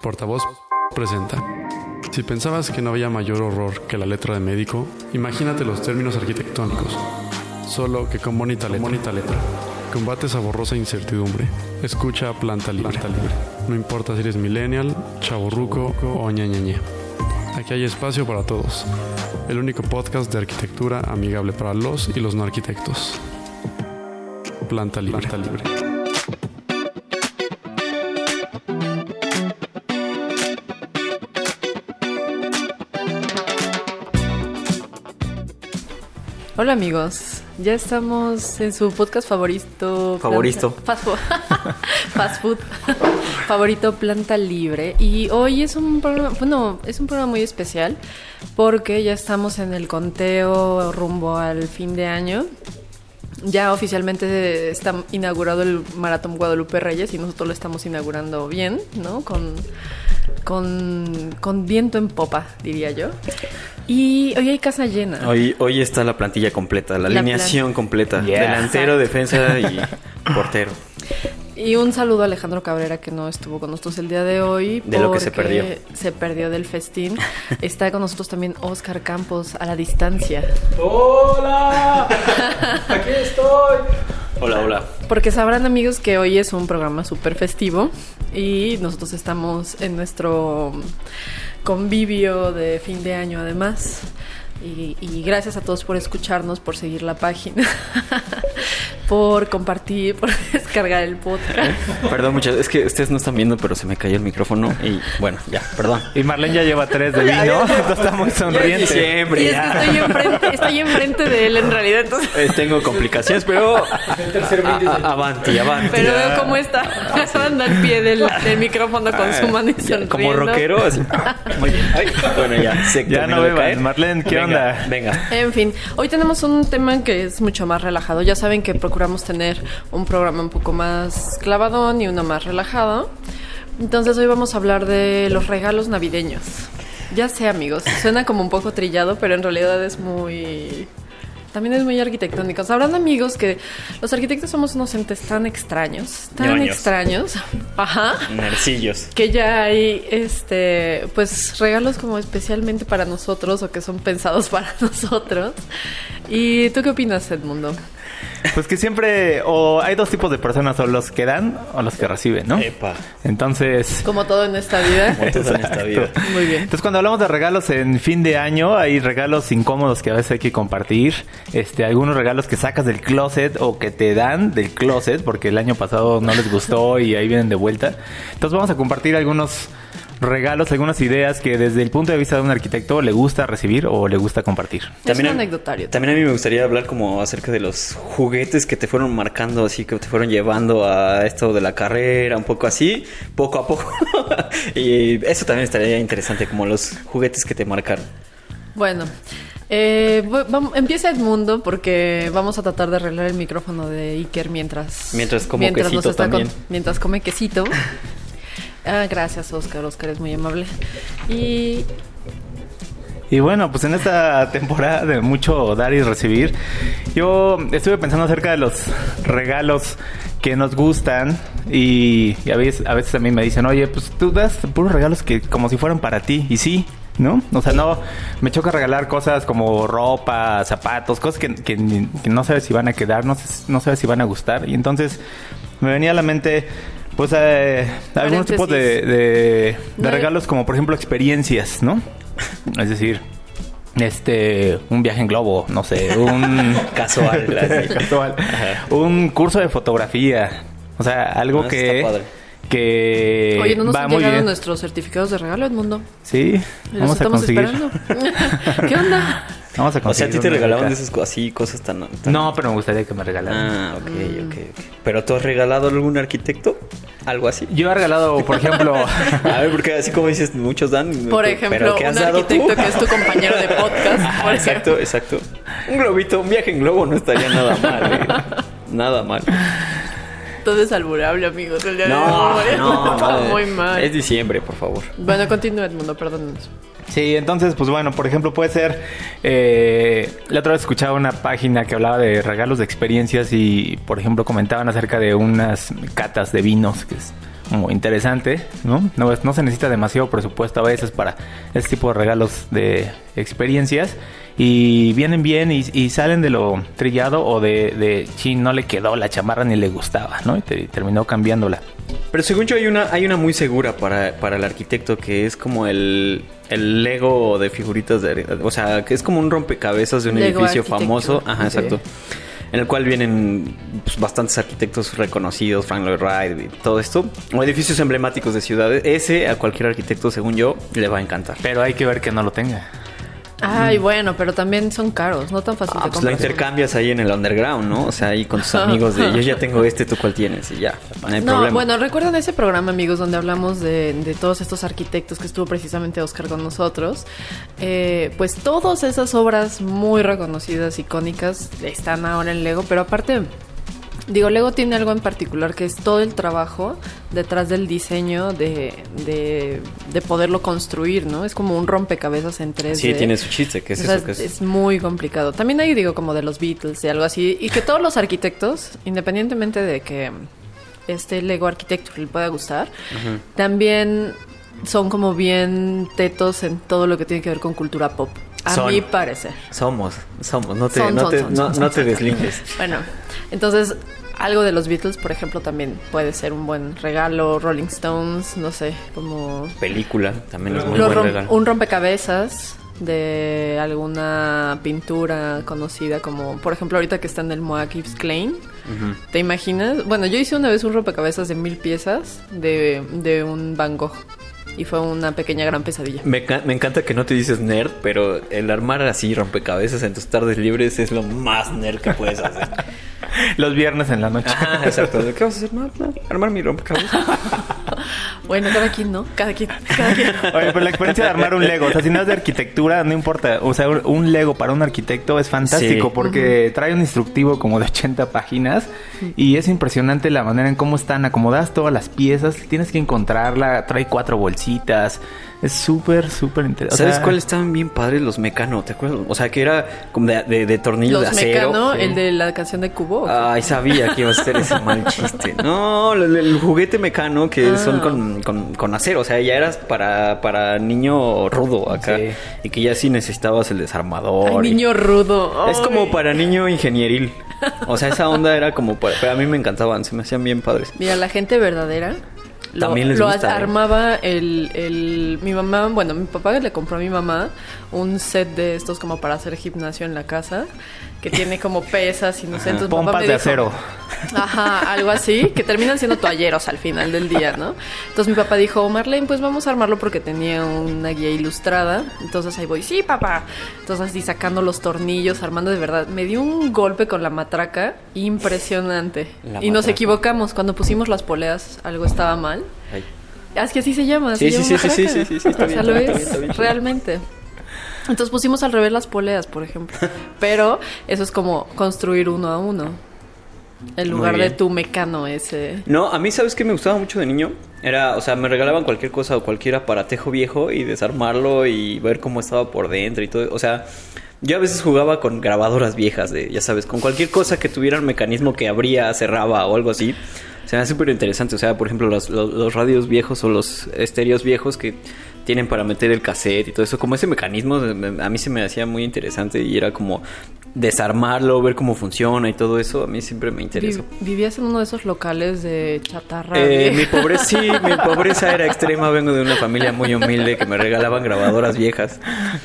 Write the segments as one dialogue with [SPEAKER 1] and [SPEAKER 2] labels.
[SPEAKER 1] Portavoz presenta. Si pensabas que no había mayor horror que la letra de médico, imagínate los términos arquitectónicos. Solo que con bonita letra. Bonita letra. Combate esa borrosa incertidumbre. Escucha a Planta Libre. No importa si eres millennial, chaburruco o ñañañé. Aquí hay espacio para todos. El único podcast de arquitectura amigable para los y los no arquitectos. Planta Libre. Planta libre.
[SPEAKER 2] Hola amigos, ya estamos en su podcast favorito.
[SPEAKER 3] Favorito.
[SPEAKER 2] Planta- fast food. Fast food. favorito Planta Libre. Y hoy es un programa, bueno, es un programa muy especial porque ya estamos en el conteo rumbo al fin de año. Ya oficialmente está inaugurado el Maratón Guadalupe Reyes y nosotros lo estamos inaugurando bien, ¿no? Con, con, con viento en popa, diría yo. Y hoy hay casa llena.
[SPEAKER 3] Hoy, hoy está la plantilla completa, la,
[SPEAKER 2] La
[SPEAKER 3] alineación completa. Delantero, defensa y portero.
[SPEAKER 2] Y un saludo a Alejandro Cabrera que no estuvo con nosotros el día de hoy.
[SPEAKER 3] De lo que se
[SPEAKER 2] porque
[SPEAKER 3] perdió.
[SPEAKER 2] Se perdió del festín. Está con nosotros también Oscar Campos a la distancia.
[SPEAKER 4] ¡Hola! ¡Aquí estoy!
[SPEAKER 3] Hola, hola.
[SPEAKER 2] Porque sabrán amigos que hoy es un programa súper festivo y nosotros estamos en nuestro convivio de fin de año además. Y, y gracias a todos por escucharnos, por seguir la página, por compartir, por descargar el podcast.
[SPEAKER 3] Perdón, muchas Es que ustedes no están viendo, pero se me cayó el micrófono y bueno, ya, perdón.
[SPEAKER 5] Y Marlene ya lleva tres de vino. Está muy sonriente.
[SPEAKER 2] Y
[SPEAKER 3] Siempre,
[SPEAKER 2] es que
[SPEAKER 3] ya.
[SPEAKER 2] estoy enfrente, estoy enfrente de él en realidad, entonces
[SPEAKER 3] Eh, tengo complicaciones, pero
[SPEAKER 4] El tercer
[SPEAKER 3] a-
[SPEAKER 4] brindis del-
[SPEAKER 3] a- avanti, avanti.
[SPEAKER 2] Pero veo cómo está anda al pie del, del micrófono con su mano y
[SPEAKER 3] Ah, Ya,
[SPEAKER 2] sonriendo.
[SPEAKER 3] Como rockero, así. Muy bien. Ay, bueno, ya. se
[SPEAKER 5] Ya
[SPEAKER 3] terminó
[SPEAKER 5] no
[SPEAKER 3] de
[SPEAKER 5] beban.
[SPEAKER 3] caer.
[SPEAKER 5] Marlene, ¿qué
[SPEAKER 3] Venga,
[SPEAKER 5] onda?
[SPEAKER 3] Venga.
[SPEAKER 2] En fin, hoy tenemos un tema que es mucho más relajado. Ya saben que procuramos tener un programa un poco más clavadón y uno más relajado. Entonces hoy vamos a hablar de los regalos navideños. Ya sé, amigos, suena como un poco trillado, pero en realidad es muy también es muy arquitectónico. Sabrán amigos que los arquitectos somos unos entes tan extraños, tan
[SPEAKER 3] Ñoños.
[SPEAKER 2] extraños. Ajá.
[SPEAKER 3] Nercillos.
[SPEAKER 2] que ya hay este pues regalos como especialmente para nosotros o que son pensados para nosotros. ¿Y tú qué opinas, Edmundo?
[SPEAKER 5] Pues que siempre, o hay dos tipos de personas, o los que dan o los que reciben, ¿no?
[SPEAKER 3] Epa.
[SPEAKER 5] Entonces.
[SPEAKER 2] Como todo en esta vida.
[SPEAKER 3] Como todo en esta vida.
[SPEAKER 5] Exacto.
[SPEAKER 2] Muy bien.
[SPEAKER 5] Entonces cuando hablamos de regalos en fin de año, hay regalos incómodos que a veces hay que compartir, este, algunos regalos que sacas del closet o que te dan del closet porque el año pasado no les gustó y ahí vienen de vuelta. Entonces vamos a compartir algunos regalos, algunas ideas que desde el punto de vista de un arquitecto le gusta recibir o le gusta compartir.
[SPEAKER 2] es
[SPEAKER 3] a-
[SPEAKER 2] un anecdotario.
[SPEAKER 3] También a mí me gustaría hablar como acerca de los juguetes que te fueron marcando, así que te fueron llevando a esto de la carrera, un poco así, poco a poco. y eso también estaría interesante, como los juguetes que te marcaron.
[SPEAKER 2] Bueno, eh, bu- vam- empieza Edmundo porque vamos a tratar de arreglar el micrófono de Iker mientras...
[SPEAKER 3] Mientras como
[SPEAKER 2] nos
[SPEAKER 3] quesito
[SPEAKER 2] está
[SPEAKER 3] también.
[SPEAKER 2] mientras come quesito. Ah, gracias, Oscar. Oscar es muy amable. Y
[SPEAKER 5] Y bueno, pues en esta temporada de mucho dar y recibir, yo estuve pensando acerca de los regalos que nos gustan y, y a veces a veces también me dicen, oye, pues tú das puros regalos que como si fueran para ti y sí. ¿No? O sea, no, me choca regalar cosas como ropa, zapatos, cosas que, que ni- que no sabes si van a quedar, no, sé- no sabes si van a gustar. Y entonces me venía a la mente, pues, eh, algunos tipos de,
[SPEAKER 2] Paréntesis.
[SPEAKER 5] de, de
[SPEAKER 2] No hay-
[SPEAKER 5] regalos como por ejemplo experiencias, ¿no? Es decir, este, un viaje en globo, no sé, un
[SPEAKER 3] Casual, así.
[SPEAKER 5] Casual. un curso de fotografía, o sea, algo
[SPEAKER 3] Ah, eso
[SPEAKER 5] que
[SPEAKER 3] está padre.
[SPEAKER 5] que
[SPEAKER 2] Oye, no nos
[SPEAKER 5] Eh, va
[SPEAKER 2] han
[SPEAKER 5] muy
[SPEAKER 2] llegado
[SPEAKER 5] bien.
[SPEAKER 2] nuestros certificados de regalo, Edmundo.
[SPEAKER 5] Sí,
[SPEAKER 2] Los
[SPEAKER 5] vamos a
[SPEAKER 2] estamos
[SPEAKER 5] conseguir.
[SPEAKER 2] esperando. ¿Qué onda?
[SPEAKER 5] Vamos a conseguir.
[SPEAKER 3] O sea, a ti te
[SPEAKER 5] una
[SPEAKER 3] regalaban de
[SPEAKER 5] beca.
[SPEAKER 3] esas co- así cosas tan... tan-
[SPEAKER 5] No, pero me gustaría que me regalaran.
[SPEAKER 3] Ah, ok, ok, ok.
[SPEAKER 2] Mm.
[SPEAKER 3] ¿Pero tú has regalado a algún arquitecto? ¿Algo así?
[SPEAKER 5] Yo he regalado, por ejemplo,
[SPEAKER 3] A ver, porque así como dices, muchos dan.
[SPEAKER 2] Por
[SPEAKER 3] pero
[SPEAKER 2] ejemplo,
[SPEAKER 3] ¿qué has
[SPEAKER 2] un
[SPEAKER 3] dado
[SPEAKER 2] arquitecto
[SPEAKER 3] tú?
[SPEAKER 2] que es tu compañero de podcast, por
[SPEAKER 3] exacto, exacto. Un globito, un viaje en globo no estaría nada mal. eh. Nada mal.
[SPEAKER 2] Todo es alburable, amigos. El día de hoy Eh, está muy mal.
[SPEAKER 3] Es diciembre, por favor.
[SPEAKER 2] Bueno, continúa, Edmundo, perdónenos.
[SPEAKER 5] Sí, entonces, pues bueno, por ejemplo, puede ser. eh, la otra vez escuchaba una página que hablaba de regalos de experiencias y, por ejemplo, comentaban acerca de unas catas de vinos, que es como interesante, ¿no? No, es- no se necesita demasiado presupuesto a veces para este tipo de regalos de experiencias. Y vienen bien y, y salen de lo trillado o de, de chin, no le quedó la chamarra ni le gustaba, ¿no? Y te- terminó cambiándola.
[SPEAKER 3] Pero según yo hay una, hay una muy segura para, para el arquitecto que es como el, el Lego de figuritas de arena. O sea, que es como un rompecabezas de un
[SPEAKER 2] Lego
[SPEAKER 3] edificio
[SPEAKER 2] arquitecto.
[SPEAKER 3] famoso. Ajá,
[SPEAKER 2] Ok.
[SPEAKER 3] exacto. En el cual vienen pues, bastantes arquitectos reconocidos, Frank Lloyd Wright y todo esto. O edificios emblemáticos de ciudades. Ese a cualquier arquitecto, según yo, le va a encantar.
[SPEAKER 2] Ah, pues,
[SPEAKER 5] Pero hay que ver que no lo tenga.
[SPEAKER 2] Ay, bueno, pero también son caros, no tan fácil
[SPEAKER 3] Ah,
[SPEAKER 2] de
[SPEAKER 3] pues lo
[SPEAKER 2] comprar.
[SPEAKER 3] intercambias ahí en el underground, ¿no? O sea, ahí con tus amigos de yo ya tengo este, tú cuál tienes y ya. No hay
[SPEAKER 2] No,
[SPEAKER 3] problema.
[SPEAKER 2] bueno, recuerdan ese programa, amigos, donde hablamos de, de todos estos arquitectos que estuvo precisamente Oscar con nosotros. Eh, pues todas esas obras muy reconocidas, icónicas, están ahora en Lego, pero aparte, digo, Lego tiene algo en particular que es todo el trabajo detrás del diseño de, de, de poderlo construir, ¿no? Es como un rompecabezas en 3D.
[SPEAKER 3] sí, tiene su chiste, que es
[SPEAKER 2] O sea,
[SPEAKER 3] eso que es.
[SPEAKER 2] es muy complicado. También hay, digo, como de los Beatles y algo así. Y que todos los arquitectos, independientemente de que mm, este Lego Architecture le pueda gustar, también son como bien tetos en todo lo que tiene que ver con cultura pop. A
[SPEAKER 3] Son.
[SPEAKER 2] mi parecer.
[SPEAKER 3] Somos, somos, no te,
[SPEAKER 2] Son,
[SPEAKER 3] no
[SPEAKER 2] son,
[SPEAKER 3] te,
[SPEAKER 2] son,
[SPEAKER 3] no,
[SPEAKER 2] son,
[SPEAKER 3] no
[SPEAKER 2] son,
[SPEAKER 3] te
[SPEAKER 2] son.
[SPEAKER 3] deslindes.
[SPEAKER 2] Bueno, entonces algo de los Beatles, por ejemplo, también puede ser un buen regalo. Rolling Stones, no sé, como
[SPEAKER 3] Película también es muy
[SPEAKER 2] Lo
[SPEAKER 3] buen
[SPEAKER 2] rom-
[SPEAKER 3] regalo.
[SPEAKER 2] un rompecabezas de alguna pintura conocida como, por ejemplo, ahorita que está en el MOAC Yves Klein. ¿Te imaginas? Bueno, yo hice una vez un rompecabezas de mil piezas de, de un Van Gogh y fue una pequeña gran pesadilla.
[SPEAKER 3] Me, ca- me encanta que no te dices nerd, pero el armar así rompecabezas en tus tardes libres es lo más nerd que puedes hacer.
[SPEAKER 5] Los viernes en la noche.
[SPEAKER 3] Ajá, exacto. ¿Qué vas a hacer? No, no, armar mi rompecabezas.
[SPEAKER 2] Bueno, cada quien, ¿no? Cada quien, cada quien.
[SPEAKER 5] Oye, pero la experiencia de armar un Lego, o sea, si no es de arquitectura, no importa. O sea, un Lego para un arquitecto es fantástico
[SPEAKER 3] Sí.
[SPEAKER 5] porque trae un instructivo como de 80 páginas y es impresionante la manera en cómo están acomodadas todas las piezas. Tienes que encontrarla, trae cuatro bolsitas. Es súper, súper interesante.
[SPEAKER 3] ¿Sabes cuáles estaban bien padres? Los mecano, ¿te acuerdas? O sea, que era como de, de, de tornillos de
[SPEAKER 2] Los
[SPEAKER 3] acero.
[SPEAKER 2] Mecano,
[SPEAKER 3] Sí.
[SPEAKER 2] el de la canción de Cubo.
[SPEAKER 3] Ay, sabía que iba a ser ese mal chiste. No, el, el juguete mecano que
[SPEAKER 2] Ah.
[SPEAKER 3] son con, con- con acero. O sea, ya eras para, para niño rudo acá.
[SPEAKER 5] Sí.
[SPEAKER 3] Y que ya sí necesitabas el desarmador.
[SPEAKER 2] Ay,
[SPEAKER 3] y-
[SPEAKER 2] niño rudo.
[SPEAKER 3] Es como
[SPEAKER 2] Ay.
[SPEAKER 3] para niño ingenieril. O sea, esa onda era como para. Pero a mí me encantaban, se me hacían bien padres.
[SPEAKER 2] Mira, la gente verdadera lo,
[SPEAKER 3] También les
[SPEAKER 2] lo
[SPEAKER 3] gusta,
[SPEAKER 2] ar-
[SPEAKER 3] ¿eh?
[SPEAKER 2] armaba el, el- Mi mamá, bueno, mi papá le compró a mi mamá un set de estos como para hacer gimnasio en la casa, que tiene como pesas y no sé. entonces mi papá
[SPEAKER 5] Pompas
[SPEAKER 2] me
[SPEAKER 5] de
[SPEAKER 2] dijo-
[SPEAKER 5] acero.
[SPEAKER 2] Ajá, algo así, que terminan siendo toalleros al final del día, ¿no? Entonces mi papá dijo, Marlene, pues vamos a armarlo porque tenía una guía ilustrada. Entonces ahí voy, sí, papá. Entonces así sacando los tornillos, armando de verdad. Me dio un golpe con la matraca impresionante.
[SPEAKER 3] La
[SPEAKER 2] y nos
[SPEAKER 3] matraca.
[SPEAKER 2] equivocamos. Cuando pusimos las poleas, algo estaba mal.
[SPEAKER 3] Ay.
[SPEAKER 2] Es que así se llama.
[SPEAKER 3] Sí,
[SPEAKER 2] se
[SPEAKER 3] sí,
[SPEAKER 2] llama
[SPEAKER 3] sí, sí,
[SPEAKER 2] matraca.
[SPEAKER 3] sí, sí, sí, sí, está
[SPEAKER 2] O sea,
[SPEAKER 3] bien,
[SPEAKER 2] lo
[SPEAKER 3] está bien, está bien.
[SPEAKER 2] es realmente. Entonces pusimos al revés las poleas, por ejemplo. Pero eso es como construir uno a uno. En
[SPEAKER 3] Muy
[SPEAKER 2] lugar de
[SPEAKER 3] bien.
[SPEAKER 2] tu mecano ese.
[SPEAKER 3] No, a mí, ¿sabes qué me gustaba mucho de niño? Era, o sea, me regalaban cualquier cosa o cualquier aparatejo viejo y desarmarlo y ver cómo estaba por dentro y todo. O sea, yo a veces jugaba con grabadoras viejas, de, ya sabes, con cualquier cosa que tuviera un mecanismo que abría, cerraba o algo así. Se me hace súper interesante. O sea, por ejemplo, los, los- los radios viejos o los estéreos viejos que tienen para meter el cassette y todo eso. Como ese mecanismo me- a mí se me hacía muy interesante y era como desarmarlo, ver cómo funciona y todo eso. A mí siempre me interesó.
[SPEAKER 2] Vi- vivías en uno de esos locales de chatarra.
[SPEAKER 3] Eh,
[SPEAKER 2] vieja.
[SPEAKER 3] mi pobreza, sí, mi pobreza era extrema. Vengo de una familia muy humilde que me regalaban grabadoras viejas.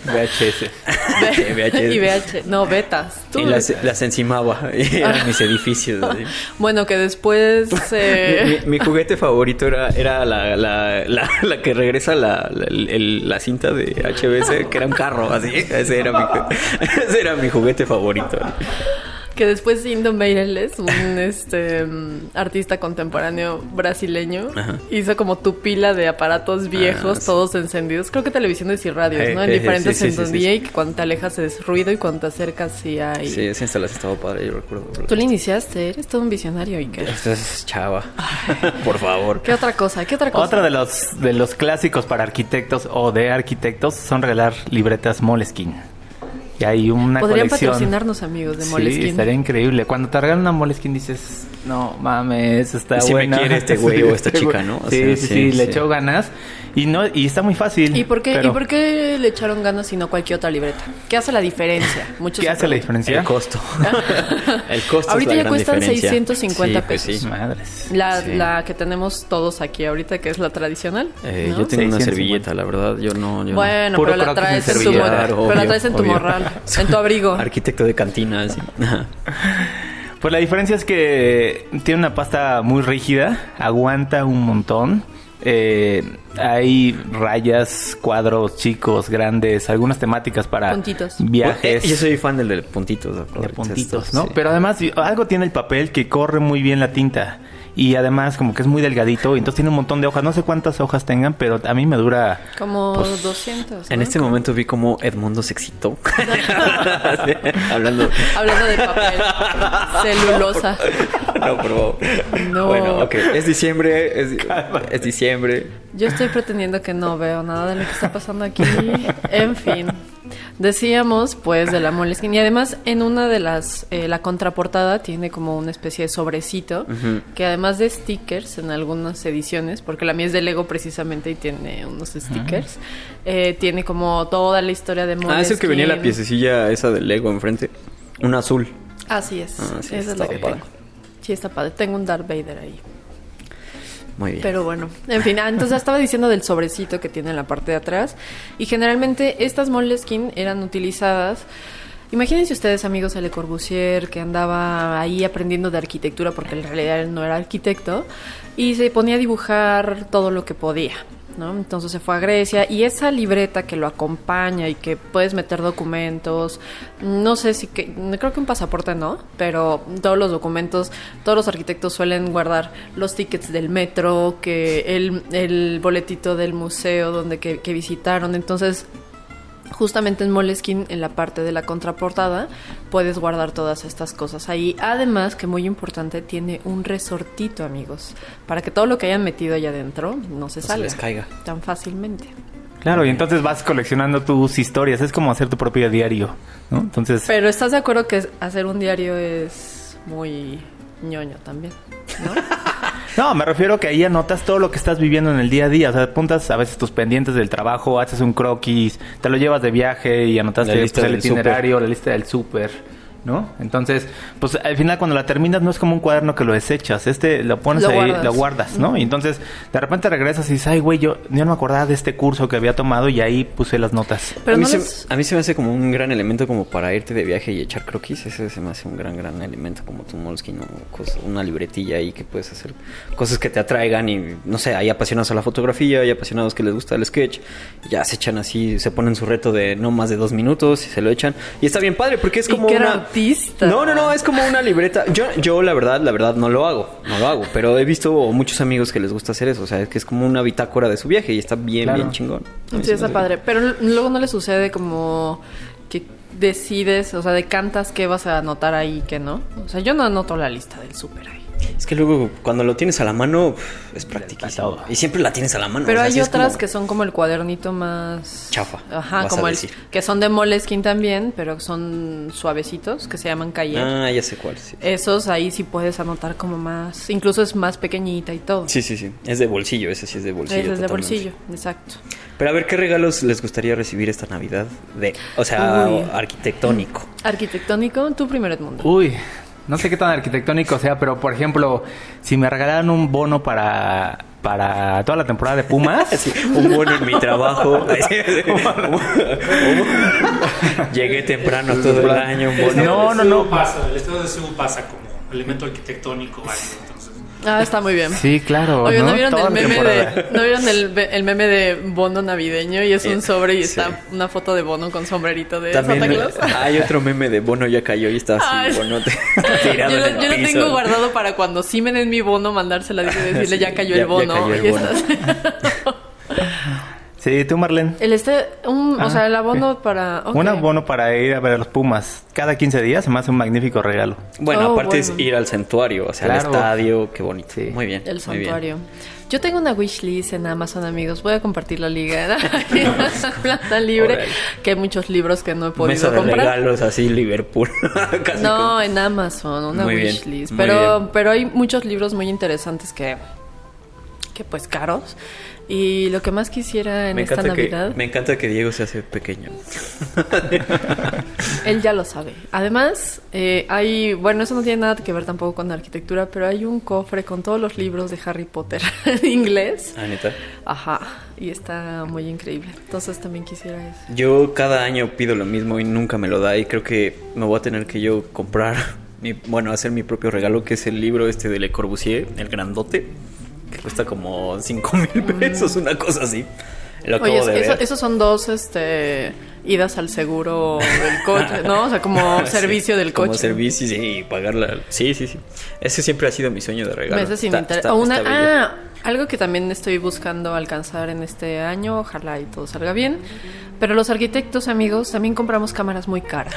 [SPEAKER 3] VHS.
[SPEAKER 2] Ve-
[SPEAKER 3] VHS.
[SPEAKER 2] y VH. No, betas. Tú.
[SPEAKER 3] Y las, las encimaba. Y
[SPEAKER 2] Ah.
[SPEAKER 3] eran mis edificios. así.
[SPEAKER 2] Bueno, que después. eh,
[SPEAKER 3] Mi, mi juguete favorito era, era la, la- la- la que regresa la, la- el- la cinta de HBC, que era un carro, así. Ese era mi, ju- ese era mi juguete favorito.
[SPEAKER 2] Que después Indo Meireles, un este mm, artista contemporáneo brasileño,
[SPEAKER 3] Ajá. Ah,
[SPEAKER 2] hizo como tu pila de aparatos viejos,
[SPEAKER 3] sí.
[SPEAKER 2] todos encendidos. Creo que televisiones y radios,
[SPEAKER 3] Eh,
[SPEAKER 2] ¿no? En
[SPEAKER 3] eh,
[SPEAKER 2] diferentes
[SPEAKER 3] sí, sí, sí,
[SPEAKER 2] encendidas
[SPEAKER 3] sí.
[SPEAKER 2] y que cuando te alejas es ruido y cuando te acercas sí hay.
[SPEAKER 3] Sí, esa instalación estaba padre, yo recuerdo.
[SPEAKER 2] Tú le iniciaste, eres todo un visionario, Iker.
[SPEAKER 3] Esta es chava. Por favor.
[SPEAKER 2] ¿Qué otra cosa? ¿Qué otra cosa?
[SPEAKER 5] Otro de los, de los clásicos para arquitectos o de arquitectos son regalar libretas Moleskine. Y hay una
[SPEAKER 2] Podrían
[SPEAKER 5] colección.
[SPEAKER 2] patrocinarnos, amigos de
[SPEAKER 5] Sí,
[SPEAKER 2] Moleskine.
[SPEAKER 5] estaría increíble. Cuando te regalan una Moleskine dices, no mames, está
[SPEAKER 3] Sí me
[SPEAKER 5] buena.
[SPEAKER 3] quiere este güey o esta
[SPEAKER 5] este
[SPEAKER 3] chica,
[SPEAKER 5] güey.
[SPEAKER 3] ¿no? O
[SPEAKER 5] sí,
[SPEAKER 3] sea,
[SPEAKER 5] sí,
[SPEAKER 3] sí,
[SPEAKER 5] sí, le
[SPEAKER 3] sí.
[SPEAKER 5] echó ganas. Y no y está muy fácil.
[SPEAKER 2] ¿Y por, qué,
[SPEAKER 5] pero
[SPEAKER 2] ¿Y por qué le echaron ganas y no cualquier otra libreta? ¿Qué hace la diferencia? Muchos
[SPEAKER 5] ¿Qué
[SPEAKER 2] se
[SPEAKER 5] hace la
[SPEAKER 2] preguntan.
[SPEAKER 5] diferencia?
[SPEAKER 3] El costo. el costo
[SPEAKER 2] Ahorita
[SPEAKER 3] es
[SPEAKER 2] ya
[SPEAKER 3] la gran
[SPEAKER 2] cuestan
[SPEAKER 3] diferencia.
[SPEAKER 2] 650
[SPEAKER 3] Sí, pues sí.
[SPEAKER 2] pesos.
[SPEAKER 5] Madres.
[SPEAKER 2] La,
[SPEAKER 3] Sí.
[SPEAKER 2] la que tenemos todos aquí ahorita, que es la tradicional.
[SPEAKER 3] Eh,
[SPEAKER 2] ¿no?
[SPEAKER 3] Yo tengo una
[SPEAKER 5] 650.
[SPEAKER 3] servilleta, la verdad. Yo no. Yo no.
[SPEAKER 2] Bueno,
[SPEAKER 5] Puro
[SPEAKER 2] pero la
[SPEAKER 5] croquis en
[SPEAKER 2] traes en tu
[SPEAKER 5] servilleta,
[SPEAKER 2] morral.
[SPEAKER 3] obvio,
[SPEAKER 2] Pero la traes en tu
[SPEAKER 3] obvio.
[SPEAKER 2] morral, en tu abrigo.
[SPEAKER 3] Arquitecto de cantina, así. Ajá.
[SPEAKER 5] Pues la diferencia es que tiene una pasta muy rígida, aguanta un montón. Eh, hay rayas, cuadros chicos, grandes, algunas temáticas para
[SPEAKER 2] Puntitos.
[SPEAKER 5] viajes.
[SPEAKER 3] Eh, Yo soy fan del de puntitos. la
[SPEAKER 5] de
[SPEAKER 3] verdad.
[SPEAKER 5] puntitos,
[SPEAKER 3] Estos,
[SPEAKER 5] ¿no?
[SPEAKER 3] sí.
[SPEAKER 5] Pero además y- algo tiene el papel que corre muy bien la tinta y además como que es muy delgadito y entonces tiene un montón de hojas, no sé cuántas hojas tengan, pero a mí me dura
[SPEAKER 2] Como
[SPEAKER 5] Pues,
[SPEAKER 2] 200.
[SPEAKER 3] En
[SPEAKER 2] ¿no?
[SPEAKER 3] este momento vi cómo Edmundo se excitó. Sí, hablando.
[SPEAKER 2] Hablando de papel, celulosa.
[SPEAKER 3] No, por favor.
[SPEAKER 2] No.
[SPEAKER 3] Bueno, ok. Es diciembre. Es, es diciembre.
[SPEAKER 2] Yo estoy pretendiendo que no veo nada de lo que está pasando aquí. En fin. Decíamos, pues, de la Moleskine. Y además, en una de las... eh, la contraportada tiene como una especie de sobrecito. Que además de stickers en algunas ediciones, porque la mía es de Lego precisamente y tiene unos stickers, eh, tiene como toda la historia de Moleskine.
[SPEAKER 3] Ah, es el que venía la piececilla esa del Lego enfrente. Un azul.
[SPEAKER 2] Así es.
[SPEAKER 3] Ah, sí,
[SPEAKER 2] Esa es
[SPEAKER 3] está
[SPEAKER 2] la que
[SPEAKER 3] padre.
[SPEAKER 2] tengo. Sí, está padre. Tengo un Darth Vader ahí.
[SPEAKER 3] Muy bien.
[SPEAKER 2] Pero bueno, en fin, ah, entonces estaba diciendo del sobrecito que tiene en la parte de atrás. Y generalmente estas Moleskine eran utilizadas. Imagínense ustedes, amigos de Le Corbusier, que andaba ahí aprendiendo de arquitectura, porque en realidad él no era arquitecto, y se ponía a dibujar todo lo que podía. ¿no? Entonces se fue a Grecia y esa libreta que lo acompaña y que puedes meter documentos, no sé si que, creo que un pasaporte no, pero todos los documentos, todos los arquitectos suelen guardar los tickets del metro, que el, el boletito del museo donde que, que visitaron, entonces Justamente en Moleskine, en la parte de la contraportada, puedes guardar todas estas cosas ahí. Además, que muy importante, tiene un resortito, amigos, para que todo lo que hayan metido allá adentro no se
[SPEAKER 3] se
[SPEAKER 2] salga
[SPEAKER 3] les caiga.
[SPEAKER 2] tan fácilmente.
[SPEAKER 5] Claro, y entonces vas coleccionando tus historias, es como hacer tu propio diario, ¿no? Entonces,
[SPEAKER 2] Pero ¿estás de acuerdo que hacer un diario es muy ñoño también?
[SPEAKER 5] no, me refiero que ahí anotas todo lo que estás viviendo en el día a día, o sea, apuntas a veces tus pendientes del trabajo, haces un croquis, te lo llevas de viaje y anotaste
[SPEAKER 3] La lista
[SPEAKER 5] pues, el
[SPEAKER 3] del súper.
[SPEAKER 5] itinerario, la lista del súper, ¿no? Entonces, pues al final cuando la terminas no es como un cuaderno que lo desechas, este lo pones
[SPEAKER 2] Lo
[SPEAKER 5] ahí,
[SPEAKER 2] guardas.
[SPEAKER 5] lo guardas, ¿no? Y entonces, de repente regresas y dices, "Ay, güey, yo, yo no me acordaba de este curso que había tomado y ahí puse las notas."
[SPEAKER 2] Pero
[SPEAKER 3] a, mí
[SPEAKER 2] no
[SPEAKER 3] se,
[SPEAKER 2] les-
[SPEAKER 3] a mí se me hace como un gran elemento como para irte de viaje y echar croquis. Ese se me hace un gran, gran elemento como tu moleskine o cos- una libretilla ahí que puedes hacer cosas que te atraigan y no sé, hay apasionados a la fotografía, hay apasionados que les gusta el sketch. y Ya se echan así, se ponen su reto de no más de dos minutos y se lo echan. Y está bien padre porque es
[SPEAKER 2] Y
[SPEAKER 3] como
[SPEAKER 2] qué
[SPEAKER 3] una...
[SPEAKER 2] artista.
[SPEAKER 3] No, no, no, es como una libreta. Yo, yo la verdad, la verdad no lo hago, no lo hago, pero he visto muchos amigos que les gusta hacer eso. O sea, es que es como una bitácora de su viaje y está bien,
[SPEAKER 5] Claro.
[SPEAKER 3] bien chingón. A
[SPEAKER 2] Sí,
[SPEAKER 3] mí se me hace
[SPEAKER 2] está
[SPEAKER 3] bien.
[SPEAKER 2] padre. Pero l- luego no le sucede como que decides, o sea, decantas qué vas a anotar ahí y qué no. O sea, yo no anoto la lista del súper ahí.
[SPEAKER 3] Es que luego cuando lo tienes a la mano pf, es practiquísimo.
[SPEAKER 5] Para todo.
[SPEAKER 3] Y siempre la tienes a la mano.
[SPEAKER 2] Pero
[SPEAKER 3] o sea,
[SPEAKER 2] hay
[SPEAKER 3] sí es
[SPEAKER 2] otras
[SPEAKER 3] como-
[SPEAKER 2] que son como el cuadernito más...
[SPEAKER 3] Chafa,
[SPEAKER 2] Ajá,
[SPEAKER 3] vas
[SPEAKER 2] como
[SPEAKER 3] a
[SPEAKER 2] el...
[SPEAKER 3] decir.
[SPEAKER 2] Que son de Moleskine también, pero son suavecitos, que se llaman Cahier.
[SPEAKER 3] Ah, ya sé cuál. Sí.
[SPEAKER 2] Esos ahí sí puedes anotar como más... Incluso es más pequeñita y todo.
[SPEAKER 3] sí, sí, sí. Es de bolsillo, ese sí es de bolsillo.
[SPEAKER 2] Ese es de
[SPEAKER 3] totalmente.
[SPEAKER 2] bolsillo, exacto.
[SPEAKER 3] Pero a ver, ¿qué regalos les gustaría recibir esta Navidad? de O sea,
[SPEAKER 2] Uy.
[SPEAKER 3] arquitectónico.
[SPEAKER 2] Arquitectónico, tú primero, Edmundo.
[SPEAKER 3] Uh.
[SPEAKER 5] Uy, no sé qué tan arquitectónico sea, pero por ejemplo, si me regalaran un bono para, para toda la temporada de Pumas,
[SPEAKER 3] Sí, un bono en mi trabajo. Llegué temprano todo el año. Un bono.
[SPEAKER 5] No, no, no.
[SPEAKER 4] Pasa, el estado de Seúl pasa como elemento arquitectónico. válido, entonces.
[SPEAKER 2] Ah, está muy bien.
[SPEAKER 5] sí, claro.
[SPEAKER 2] Oye, ¿no,
[SPEAKER 5] ¿no?
[SPEAKER 2] vieron,
[SPEAKER 5] Toda
[SPEAKER 2] el
[SPEAKER 5] la
[SPEAKER 2] meme
[SPEAKER 5] temporada.
[SPEAKER 2] de, ¿no vieron el, be- el meme de bono navideño? Y es un
[SPEAKER 3] Eh,
[SPEAKER 2] sobre y
[SPEAKER 3] sí.
[SPEAKER 2] está una foto de bono con sombrerito de
[SPEAKER 3] También
[SPEAKER 2] Santa Claus.
[SPEAKER 3] hay otro meme de Bono ya cayó y está
[SPEAKER 2] Ay.
[SPEAKER 3] así, Bono te- tirado
[SPEAKER 2] yo lo,
[SPEAKER 3] en el
[SPEAKER 2] yo lo
[SPEAKER 3] piso.
[SPEAKER 2] tengo guardado para cuando sí me den mi bono, mandársela y decirle
[SPEAKER 3] Sí,
[SPEAKER 2] ya cayó
[SPEAKER 3] ya-
[SPEAKER 2] el
[SPEAKER 3] ya
[SPEAKER 2] bono.
[SPEAKER 3] cayó el
[SPEAKER 2] y
[SPEAKER 3] bono.
[SPEAKER 2] estás-
[SPEAKER 5] Sí, Sí, tú, Marlene.
[SPEAKER 2] El este, un,
[SPEAKER 5] Ah,
[SPEAKER 2] o sea, el abono
[SPEAKER 5] ok.
[SPEAKER 2] para. ok.
[SPEAKER 5] Un abono para ir a ver a los Pumas. Cada 15 días se me hace un magnífico regalo.
[SPEAKER 3] Bueno,
[SPEAKER 2] Oh,
[SPEAKER 3] aparte es
[SPEAKER 2] bueno.
[SPEAKER 3] ir al santuario, o sea, al
[SPEAKER 5] Claro.
[SPEAKER 3] estadio, qué bonito.
[SPEAKER 5] Sí.
[SPEAKER 3] Muy bien.
[SPEAKER 2] El
[SPEAKER 3] muy bien.
[SPEAKER 2] santuario. Yo tengo una wishlist en Amazon, amigos. Voy a compartir la liga. Planta libre.
[SPEAKER 3] Órale.
[SPEAKER 2] Que hay muchos libros que no he podido
[SPEAKER 3] Mesa de
[SPEAKER 2] comprar.
[SPEAKER 3] regalos así, Liverpool. Casi
[SPEAKER 2] No,
[SPEAKER 3] como-
[SPEAKER 2] en Amazon, una
[SPEAKER 3] Muy bien,
[SPEAKER 2] wishlist.
[SPEAKER 3] muy bien.
[SPEAKER 2] Pero, pero hay muchos libros muy interesantes que, que pues caros. Y lo que más quisiera en
[SPEAKER 3] me,
[SPEAKER 2] esta
[SPEAKER 3] encanta que,
[SPEAKER 2] Navidad,
[SPEAKER 3] me encanta que Diego se hace pequeño.
[SPEAKER 2] él ya lo sabe. Además, eh, hay, bueno, eso no tiene nada que ver tampoco con arquitectura, pero hay un cofre con todos los libros de Harry Potter en inglés.
[SPEAKER 3] Ah, neta.
[SPEAKER 2] Ajá, y está muy increíble. Entonces también quisiera eso.
[SPEAKER 3] Yo cada año pido lo mismo y nunca me lo da y creo que me voy a tener que yo comprar, mi, bueno, hacer mi propio regalo, que es el libro este de Le Corbusier, El Grandote, que cuesta como 5 mil pesos, una cosa así. Lo acabo
[SPEAKER 2] Oye, es-
[SPEAKER 3] de
[SPEAKER 2] eso-
[SPEAKER 3] ver.
[SPEAKER 2] esos son dos este, idas al seguro del coche, ¿no? O sea, como
[SPEAKER 3] Ah. Sí,
[SPEAKER 2] servicio del coche.
[SPEAKER 3] Como servicio, sí, y pagarla. Sí, sí, sí. Ese siempre ha sido mi sueño de regalo.
[SPEAKER 2] Meses sin
[SPEAKER 3] Está-
[SPEAKER 2] interés.
[SPEAKER 3] está-
[SPEAKER 2] O una-
[SPEAKER 3] está bello.
[SPEAKER 2] ah, algo que también estoy buscando alcanzar en este año, ojalá y todo salga bien. Pero los arquitectos, amigos, también compramos cámaras muy caras.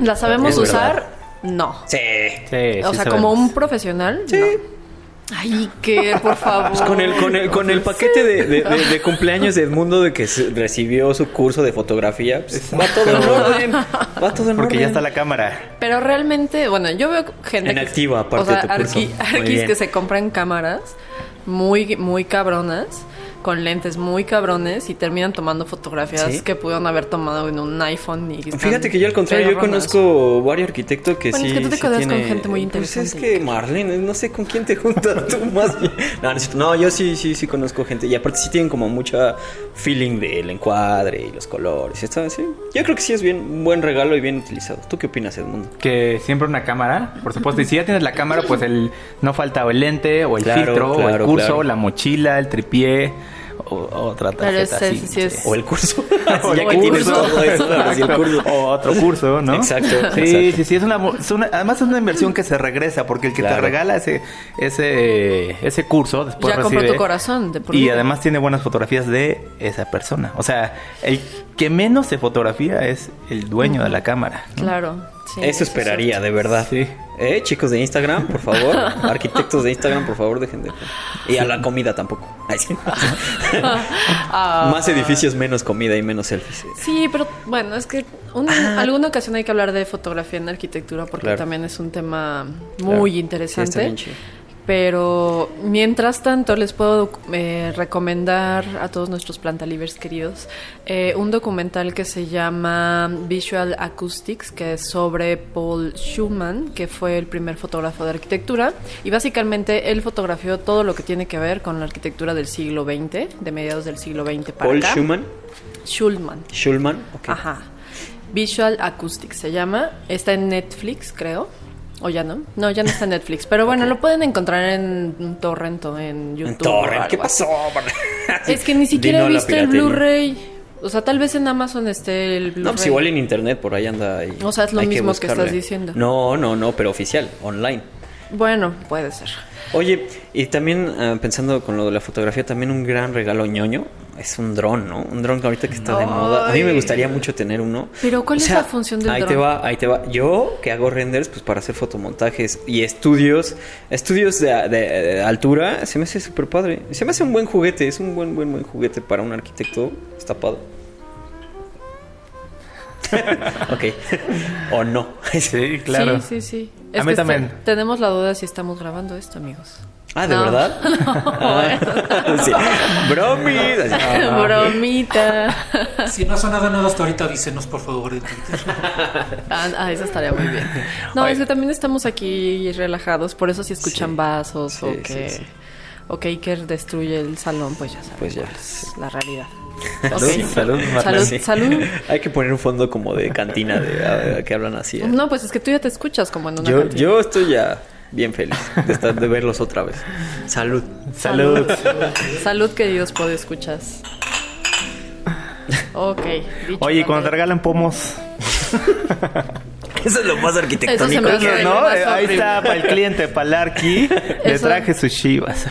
[SPEAKER 2] ¿Las sabemos
[SPEAKER 3] es verdad.
[SPEAKER 2] usar? No.
[SPEAKER 3] Sí.
[SPEAKER 5] Sí,
[SPEAKER 2] o sea, como un profesional. no. Ay, que por favor.
[SPEAKER 3] Pues con el, con el, con el paquete de, de- de- de cumpleaños de Edmundo de que se- recibió su curso de fotografía, pues, va todo en orden. Va todo en
[SPEAKER 5] Porque ya
[SPEAKER 3] orden.
[SPEAKER 5] está la cámara.
[SPEAKER 2] Pero realmente, bueno, yo veo gente.
[SPEAKER 3] En
[SPEAKER 2] que-
[SPEAKER 3] activa,
[SPEAKER 2] O
[SPEAKER 3] aparte
[SPEAKER 2] sea,
[SPEAKER 3] de tu curso.
[SPEAKER 2] arqui-
[SPEAKER 3] Muy
[SPEAKER 2] arquis
[SPEAKER 3] bien.
[SPEAKER 2] que se compran cámaras muy, muy cabronas, con lentes muy cabrones y terminan tomando fotografías
[SPEAKER 3] Sí.
[SPEAKER 2] que pudieron haber tomado en un iPhone. Y están
[SPEAKER 3] Fíjate que yo al contrario, yo
[SPEAKER 2] pedorronas.
[SPEAKER 3] conozco varios arquitectos que
[SPEAKER 2] Bueno,
[SPEAKER 3] sí.
[SPEAKER 2] es que tú te
[SPEAKER 3] sí
[SPEAKER 2] quedas con
[SPEAKER 3] tiene-
[SPEAKER 2] gente muy
[SPEAKER 3] Pues es
[SPEAKER 2] interesante.
[SPEAKER 3] que Marlene, no sé con quién te juntas tú más. bien. No, no, es cierto. No, yo sí, sí, sí conozco gente. Y aparte sí tienen como mucha feeling del encuadre y los colores. y esto, sí. Yo creo que sí es bien un buen regalo y bien utilizado. ¿Tú qué opinas, Edmundo?
[SPEAKER 5] Que siempre una cámara, por supuesto. Y si ya tienes la cámara, pues el no falta o el lente, o el
[SPEAKER 3] Claro,
[SPEAKER 5] filtro, o el
[SPEAKER 3] claro,
[SPEAKER 5] curso,
[SPEAKER 3] claro.
[SPEAKER 5] la mochila, el tripié, o, otra tarjeta.
[SPEAKER 2] Pero ese
[SPEAKER 5] así,
[SPEAKER 2] sí
[SPEAKER 5] no
[SPEAKER 2] es-
[SPEAKER 5] sé.
[SPEAKER 3] O el curso.
[SPEAKER 5] O
[SPEAKER 3] ya
[SPEAKER 5] el
[SPEAKER 3] que tienes
[SPEAKER 2] curso.
[SPEAKER 3] todo eso, ahora sí, el curso.
[SPEAKER 5] O otro curso, ¿no?
[SPEAKER 3] Exacto,
[SPEAKER 5] Sí,
[SPEAKER 3] exacto.
[SPEAKER 5] sí, sí. Es una, mo- es una- además es una inversión que se regresa porque el que te
[SPEAKER 3] Claro.
[SPEAKER 5] regala ese, ese, ese curso después
[SPEAKER 2] Ya compró
[SPEAKER 5] recibe-
[SPEAKER 2] tu corazón de por
[SPEAKER 5] y
[SPEAKER 2] vida.
[SPEAKER 5] además tiene buenas fotografías de esa persona. O sea, el que menos se fotografía es el dueño de la cámara. ¿no?
[SPEAKER 2] Claro. sí,
[SPEAKER 3] Eso
[SPEAKER 2] es
[SPEAKER 3] esperaría, de verdad.
[SPEAKER 5] Sí.
[SPEAKER 3] Eh, chicos de Instagram, por favor. Arquitectos de Instagram, por favor, dejen de. Y a la comida tampoco. Ay, sí.
[SPEAKER 2] cierto. Ah.
[SPEAKER 3] Más edificios, menos comida y menos selfies.
[SPEAKER 2] Sí, pero bueno, es que un- alguna ocasión hay que hablar de fotografía en arquitectura porque
[SPEAKER 3] Ah. Claro.
[SPEAKER 2] también es un tema muy
[SPEAKER 3] Claro. Sí,
[SPEAKER 2] interesante.
[SPEAKER 3] está bien chido.
[SPEAKER 2] Pero mientras tanto, les puedo eh, recomendar a todos nuestros plantalivers queridos eh, un documental que se llama Visual Acoustics, que es sobre Paul Schumann, que fue el primer fotógrafo de arquitectura. Y básicamente él fotografió todo lo que tiene que ver con la arquitectura del siglo XX, de mediados del siglo XX para
[SPEAKER 3] Paul
[SPEAKER 2] acá.
[SPEAKER 3] Schumann.
[SPEAKER 2] Schulman.
[SPEAKER 3] Schulman. ok.
[SPEAKER 2] Ajá. Visual Acoustics se llama. Está en Netflix, creo. O ya no. No, ya no está en Netflix. Pero bueno, lo pueden encontrar en un torrent o en YouTube.
[SPEAKER 3] En torre.
[SPEAKER 2] o algo así.
[SPEAKER 3] ¿Qué pasó?
[SPEAKER 2] Es que ni siquiera
[SPEAKER 3] Dino
[SPEAKER 2] he
[SPEAKER 3] la
[SPEAKER 2] visto el
[SPEAKER 3] piratería.
[SPEAKER 2] Blu-ray. O sea, tal vez en Amazon esté el Blu-ray.
[SPEAKER 3] No, pues igual en internet por ahí anda. y
[SPEAKER 2] O sea, es lo
[SPEAKER 3] hay
[SPEAKER 2] mismo que
[SPEAKER 3] buscarle.
[SPEAKER 2] estás diciendo.
[SPEAKER 3] No, no, no, pero oficial, online.
[SPEAKER 2] Bueno, puede ser.
[SPEAKER 3] Oye, y también ah, pensando con lo de la fotografía, también un gran regalo ñoño es un dron, ¿no? Un dron que ahorita que está de moda. A mí me gustaría mucho tener uno.
[SPEAKER 2] Pero, ¿cuál es la función del
[SPEAKER 3] ahí Ahí te
[SPEAKER 2] dron?
[SPEAKER 3] va, ahí te va. Yo que hago renders, pues para hacer fotomontajes y estudios, estudios de, de- de altura, se me hace súper padre. Se me hace un buen juguete, es un buen, buen, buen juguete para un arquitecto. Está padre. ok. o no.
[SPEAKER 5] Sí, claro.
[SPEAKER 2] Sí, sí, sí.
[SPEAKER 5] A mí
[SPEAKER 2] este-
[SPEAKER 5] también.
[SPEAKER 2] tenemos la duda de si estamos grabando esto, amigos.
[SPEAKER 3] ah, ¿de
[SPEAKER 2] No.
[SPEAKER 3] verdad? Ah, sí. Bromis. Así.
[SPEAKER 2] Bromita.
[SPEAKER 4] Si no ha sonado nada hasta ahorita, dícenos por favor en Twitter.
[SPEAKER 2] Ah, ah, eso estaría muy bien. No,
[SPEAKER 5] Oye.
[SPEAKER 2] es que también estamos aquí relajados, por eso si escuchan
[SPEAKER 3] Sí.
[SPEAKER 2] vasos
[SPEAKER 3] Sí,
[SPEAKER 2] o
[SPEAKER 3] sí,
[SPEAKER 2] que
[SPEAKER 3] sí.
[SPEAKER 2] o que Iker destruye el salón, pues ya sabes
[SPEAKER 3] Pues ya,
[SPEAKER 2] cuál es
[SPEAKER 3] sí.
[SPEAKER 2] la realidad.
[SPEAKER 3] Salud,
[SPEAKER 2] Ok.
[SPEAKER 3] salud, Marta,
[SPEAKER 2] salud,
[SPEAKER 3] sí.
[SPEAKER 2] salud.
[SPEAKER 3] Hay que poner un fondo como de cantina de, ah, que hablan así. ¿eh?
[SPEAKER 2] No, pues es que tú ya te escuchas como en una
[SPEAKER 3] yo,
[SPEAKER 2] cantina.
[SPEAKER 3] yo estoy ya bien feliz de, estar, de verlos otra vez. Salud.
[SPEAKER 5] Salud.
[SPEAKER 2] Salud, queridos podescuchas. Ok. dicho
[SPEAKER 5] Oye, ¿y
[SPEAKER 2] tanto-
[SPEAKER 5] cuando te regalan pomos,
[SPEAKER 3] Eso es lo más arquitectónico.
[SPEAKER 2] Eso se me
[SPEAKER 3] que
[SPEAKER 2] hace-
[SPEAKER 3] hay.
[SPEAKER 5] ¿No?
[SPEAKER 2] más
[SPEAKER 5] Eh, Ahí
[SPEAKER 2] horrible.
[SPEAKER 5] está, para el cliente, para el Arqui, le
[SPEAKER 2] Eso-
[SPEAKER 5] traje sus chivas.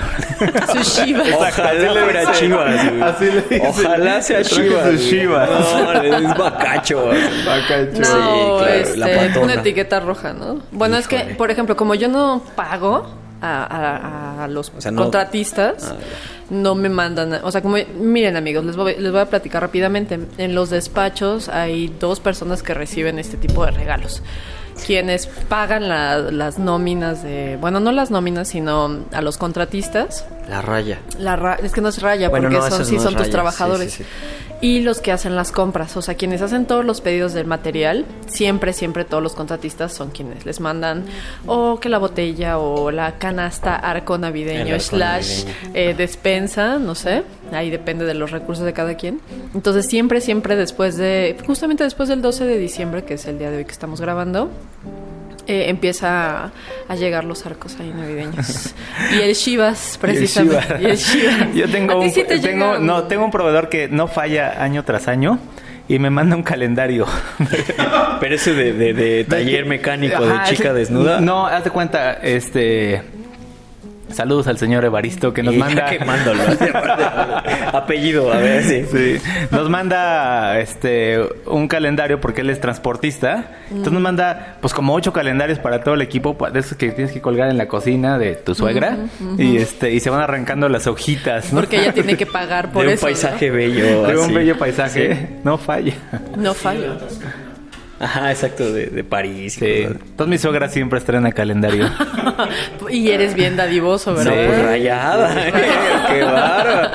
[SPEAKER 2] Su Shiva.
[SPEAKER 3] Ojalá
[SPEAKER 5] Así le
[SPEAKER 3] fuera
[SPEAKER 5] dicen.
[SPEAKER 3] Chivas, güey.
[SPEAKER 5] Así le dicen.
[SPEAKER 3] Ojalá sea
[SPEAKER 5] Le traje
[SPEAKER 3] Chivas.
[SPEAKER 5] sus
[SPEAKER 3] güey.
[SPEAKER 5] chivas.
[SPEAKER 3] No, es bacacho. güey.
[SPEAKER 5] Bacacho.
[SPEAKER 2] No,
[SPEAKER 3] Sí, claro,
[SPEAKER 2] este,
[SPEAKER 3] la patona.
[SPEAKER 2] una etiqueta roja, ¿no? Bueno, es que,
[SPEAKER 3] Híjole.
[SPEAKER 2] por ejemplo, como yo no pago a, a- a los
[SPEAKER 3] O sea, no-
[SPEAKER 2] contratistas,
[SPEAKER 3] Ah,
[SPEAKER 2] no me mandan. a- O sea, como miren, amigos, les voy, les voy a platicar rápidamente. En los despachos hay dos personas que reciben este tipo de regalos. Quienes pagan la- las nóminas de. Bueno, no las nóminas, sino a los contratistas.
[SPEAKER 3] La raya.
[SPEAKER 2] La ra- es que no es raya,
[SPEAKER 3] Bueno,
[SPEAKER 2] porque
[SPEAKER 3] no,
[SPEAKER 2] son,
[SPEAKER 3] esos
[SPEAKER 2] sí
[SPEAKER 3] no es
[SPEAKER 2] son tus
[SPEAKER 3] raya, sí,
[SPEAKER 2] trabajadores.
[SPEAKER 3] sí, sí.
[SPEAKER 2] Y los que hacen las compras, o sea, quienes hacen todos los pedidos del material, siempre, siempre todos los contratistas son quienes les mandan o que la botella o la canasta arco
[SPEAKER 3] El
[SPEAKER 2] navideño
[SPEAKER 3] arco
[SPEAKER 2] slash
[SPEAKER 3] navideño.
[SPEAKER 2] eh, despensa, no sé, ahí depende de los recursos de cada quien. Entonces siempre, siempre después de, justamente después del 12 de diciembre, que es el día de hoy que estamos grabando, eh, empieza a llegar los arcos ahí navideños. Y el Shivas, precisamente. Y el Shivas.
[SPEAKER 5] Yo tengo
[SPEAKER 2] ¿A ti
[SPEAKER 5] un,
[SPEAKER 2] sí te
[SPEAKER 5] tengo,
[SPEAKER 2] llegan?
[SPEAKER 5] no, tengo un proveedor que no falla año tras año y me manda un calendario.
[SPEAKER 3] Pero ese de, de- de taller mecánico de
[SPEAKER 5] Ajá,
[SPEAKER 3] chica
[SPEAKER 5] ese-
[SPEAKER 3] desnuda.
[SPEAKER 5] No, haz de cuenta, este. Saludos al señor Evaristo que nos
[SPEAKER 3] Y
[SPEAKER 5] manda.
[SPEAKER 3] quemándolo. Apellido, a ver, sí.
[SPEAKER 5] Sí. Nos manda este un calendario porque él es transportista. Entonces nos manda pues como ocho calendarios para todo el equipo, pa- de esos que tienes que colgar en la cocina de tu suegra y este y se van arrancando las hojitas, ¿no?
[SPEAKER 2] Porque ella tiene que pagar por
[SPEAKER 3] de
[SPEAKER 2] eso.
[SPEAKER 3] un
[SPEAKER 2] ¿no?
[SPEAKER 3] paisaje bello.
[SPEAKER 6] Ah,
[SPEAKER 5] De un
[SPEAKER 3] así.
[SPEAKER 5] bello paisaje, ¿eh?
[SPEAKER 3] Sí.
[SPEAKER 5] no falla.
[SPEAKER 2] ¿no? fallo.
[SPEAKER 3] Ajá, exacto, de, de París. y
[SPEAKER 5] Sí.
[SPEAKER 3] cosas.
[SPEAKER 5] Entonces mi suegra siempre estrena calendario.
[SPEAKER 2] y eres bien dadivoso,
[SPEAKER 3] No, pues
[SPEAKER 2] ¿verdad?
[SPEAKER 3] rayada. Qué bárbaro.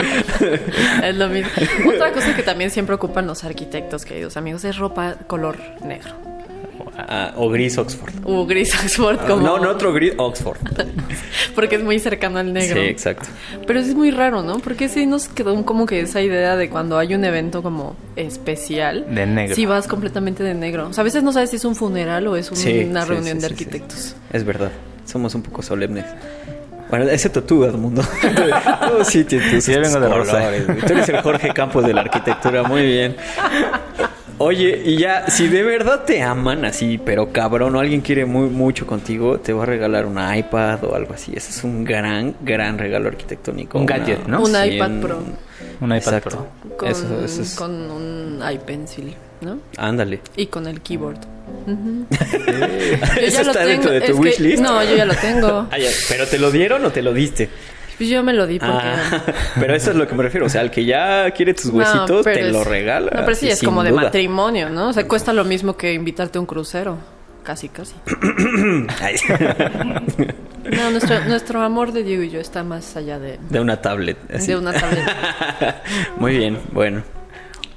[SPEAKER 2] es lo mismo. Otra cosa que también siempre ocupan los arquitectos, queridos amigos, es ropa color negro.
[SPEAKER 3] Ah, o gris Oxford.
[SPEAKER 2] O gris Oxford, como.
[SPEAKER 3] Ah, No, no otro gris Oxford.
[SPEAKER 2] Porque es muy cercano al negro.
[SPEAKER 3] Sí, exacto.
[SPEAKER 2] Pero sí es muy raro, ¿no? Porque sí nos quedó un- como que esa idea de cuando hay un evento como especial.
[SPEAKER 5] De negro.
[SPEAKER 2] Si vas completamente de negro. O sea, a veces no sabes si es un funeral o es un-
[SPEAKER 3] Sí,
[SPEAKER 2] una
[SPEAKER 3] sí,
[SPEAKER 2] reunión de
[SPEAKER 3] sí, sí, sí.
[SPEAKER 2] arquitectos.
[SPEAKER 3] Es verdad. Somos un poco solemnes. Bueno, excepto tú, Edmundo. Tú sí tienes tus
[SPEAKER 5] Yo vengo de rosa.
[SPEAKER 3] colores, güey. Tú eres el Jorge Campos de la arquitectura. Muy bien. Oye, y ya, si de verdad te aman así, pero cabrón, o alguien quiere muy mucho contigo, te va a regalar un iPad o algo así. Ese es un gran, gran regalo arquitectónico.
[SPEAKER 5] Un
[SPEAKER 3] Una-
[SPEAKER 5] gadget, ¿no?
[SPEAKER 2] Un iPad Pro.
[SPEAKER 5] Un iPad
[SPEAKER 3] Exacto.
[SPEAKER 2] Con,
[SPEAKER 3] Eso- eso es-
[SPEAKER 2] con un iPencil, ¿no?
[SPEAKER 3] Ándale.
[SPEAKER 2] Y con el keyboard. Yo
[SPEAKER 3] Ah, Eso
[SPEAKER 2] ya lo
[SPEAKER 3] está
[SPEAKER 2] tengo.
[SPEAKER 3] dentro de
[SPEAKER 2] Es
[SPEAKER 3] tu
[SPEAKER 2] que-
[SPEAKER 3] wishlist.
[SPEAKER 2] No, yo ya lo tengo.
[SPEAKER 3] Ah, ya, ¿Pero te lo dieron o te lo diste?
[SPEAKER 2] Pues yo me lo di porque.
[SPEAKER 3] Ah, pero eso es lo que me refiero. O sea, al que ya quiere tus huesitos,
[SPEAKER 2] No, pero
[SPEAKER 3] te lo
[SPEAKER 2] es-
[SPEAKER 3] regala.
[SPEAKER 2] No, pero sí,
[SPEAKER 3] así,
[SPEAKER 2] es
[SPEAKER 3] sin
[SPEAKER 2] como de
[SPEAKER 3] duda.
[SPEAKER 2] matrimonio, ¿no? O sea, cuesta lo mismo que invitarte a un crucero. Casi, casi.
[SPEAKER 3] Ay,
[SPEAKER 2] No, nuestro, nuestro amor de Diego y yo está más allá de,
[SPEAKER 3] de una tablet. así.
[SPEAKER 2] de una tableta.
[SPEAKER 3] Muy bien, bueno.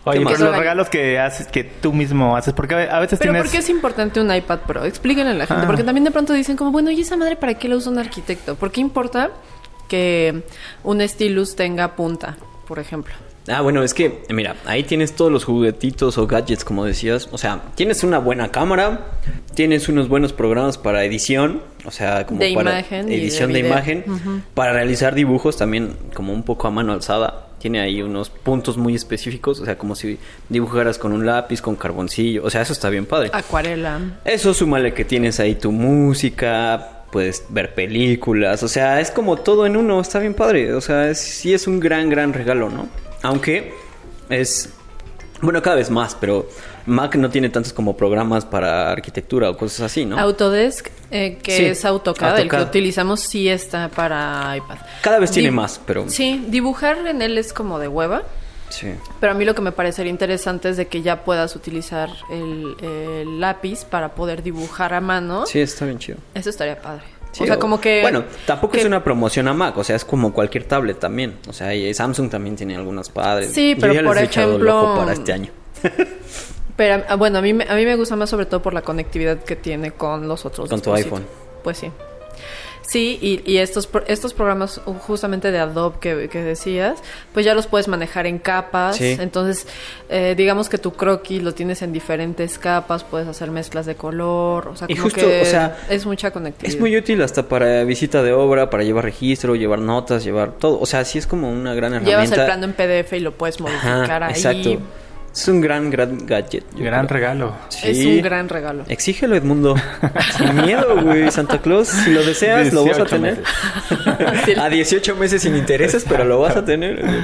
[SPEAKER 5] Oye,
[SPEAKER 3] ¿Qué
[SPEAKER 5] pero
[SPEAKER 3] más?
[SPEAKER 5] los regalos que haces, que tú mismo haces, porque a a veces
[SPEAKER 2] Pero
[SPEAKER 5] tienes.
[SPEAKER 2] ¿por qué es importante un iPad Pro? Explíquenle a la gente,
[SPEAKER 5] Ah.
[SPEAKER 2] porque también de pronto dicen como, bueno, ¿y esa madre para qué la usa un arquitecto? ¿Por qué importa que un stylus tenga punta, por ejemplo?
[SPEAKER 3] Ah, bueno, es que, mira, ahí tienes todos los juguetitos o gadgets, como decías. O sea, tienes una buena cámara, tienes unos buenos programas para edición, o sea, como
[SPEAKER 2] De
[SPEAKER 3] para
[SPEAKER 2] imagen y de
[SPEAKER 3] edición de,
[SPEAKER 2] video.
[SPEAKER 3] imagen, para realizar dibujos también como un poco a mano alzada. Tiene ahí unos puntos muy específicos, o sea, como si dibujaras con un lápiz, con carboncillo. O sea, eso está bien padre.
[SPEAKER 2] Ah, Acuarela.
[SPEAKER 3] Eso súmale que tienes ahí tu música, puedes ver películas, o sea, es como todo en uno, está bien padre, o sea, es- sí es un gran, gran regalo, ¿no? Aunque es, bueno, cada vez más, pero Mac no tiene tantos como programas para arquitectura o cosas así, ¿no?
[SPEAKER 2] Autodesk, eh, que
[SPEAKER 3] Sí,
[SPEAKER 2] es AutoCAD, el que
[SPEAKER 3] AutoCAD.
[SPEAKER 2] utilizamos, sí está para iPad.
[SPEAKER 3] Cada vez tiene
[SPEAKER 2] Di-
[SPEAKER 3] más, pero...
[SPEAKER 2] Sí, dibujar en él es como de hueva.
[SPEAKER 3] sí.
[SPEAKER 2] Pero a mí lo que me parecería interesante es de que ya puedas utilizar el, el lápiz para poder dibujar a mano.
[SPEAKER 3] Sí, está bien chido.
[SPEAKER 2] Eso estaría padre.
[SPEAKER 3] Sí,
[SPEAKER 2] o sea, como que...
[SPEAKER 3] Bueno, tampoco es
[SPEAKER 2] que-
[SPEAKER 3] una promoción a Mac, o sea, es como cualquier tablet también. O sea, y Samsung también tiene algunas padres.
[SPEAKER 2] Sí,
[SPEAKER 3] Yo
[SPEAKER 2] pero
[SPEAKER 3] ya les
[SPEAKER 2] por
[SPEAKER 3] he echado el
[SPEAKER 2] ejemplo,
[SPEAKER 3] ojo para este año.
[SPEAKER 2] Pero ah, bueno, a mí, me- a mí me gusta más sobre todo por la conectividad que tiene con los otros.
[SPEAKER 3] Con tu
[SPEAKER 2] dispositivos.
[SPEAKER 3] iPhone.
[SPEAKER 2] Pues sí. Sí, y, y estos, pro- estos programas uh, justamente de Adobe que, que decías, pues ya los puedes manejar en capas.
[SPEAKER 3] Sí.
[SPEAKER 2] Entonces, eh, digamos que tu croquis lo tienes en diferentes capas, puedes hacer mezclas de color. O sea,
[SPEAKER 3] Y
[SPEAKER 2] como
[SPEAKER 3] justo,
[SPEAKER 2] que
[SPEAKER 3] o sea,
[SPEAKER 2] es mucha conectividad.
[SPEAKER 3] Es muy útil hasta para visita de obra, para llevar registro, llevar notas, llevar todo. O sea, sí es como una gran herramienta.
[SPEAKER 2] Llevas el plano en PDF y lo puedes
[SPEAKER 3] Ajá,
[SPEAKER 2] modificar ahí.
[SPEAKER 3] Exacto. Es un gran, gran gadget. yo
[SPEAKER 5] Gran
[SPEAKER 3] creo.
[SPEAKER 5] regalo.
[SPEAKER 2] Es
[SPEAKER 3] Sí.
[SPEAKER 2] un gran regalo.
[SPEAKER 3] Exígelo, Edmundo. Sin miedo, güey. Santa Claus, si lo deseas, lo vas a
[SPEAKER 5] 18
[SPEAKER 3] tener.
[SPEAKER 2] Sí.
[SPEAKER 3] A 18 meses sin intereses, pero lo vas a tener. güey.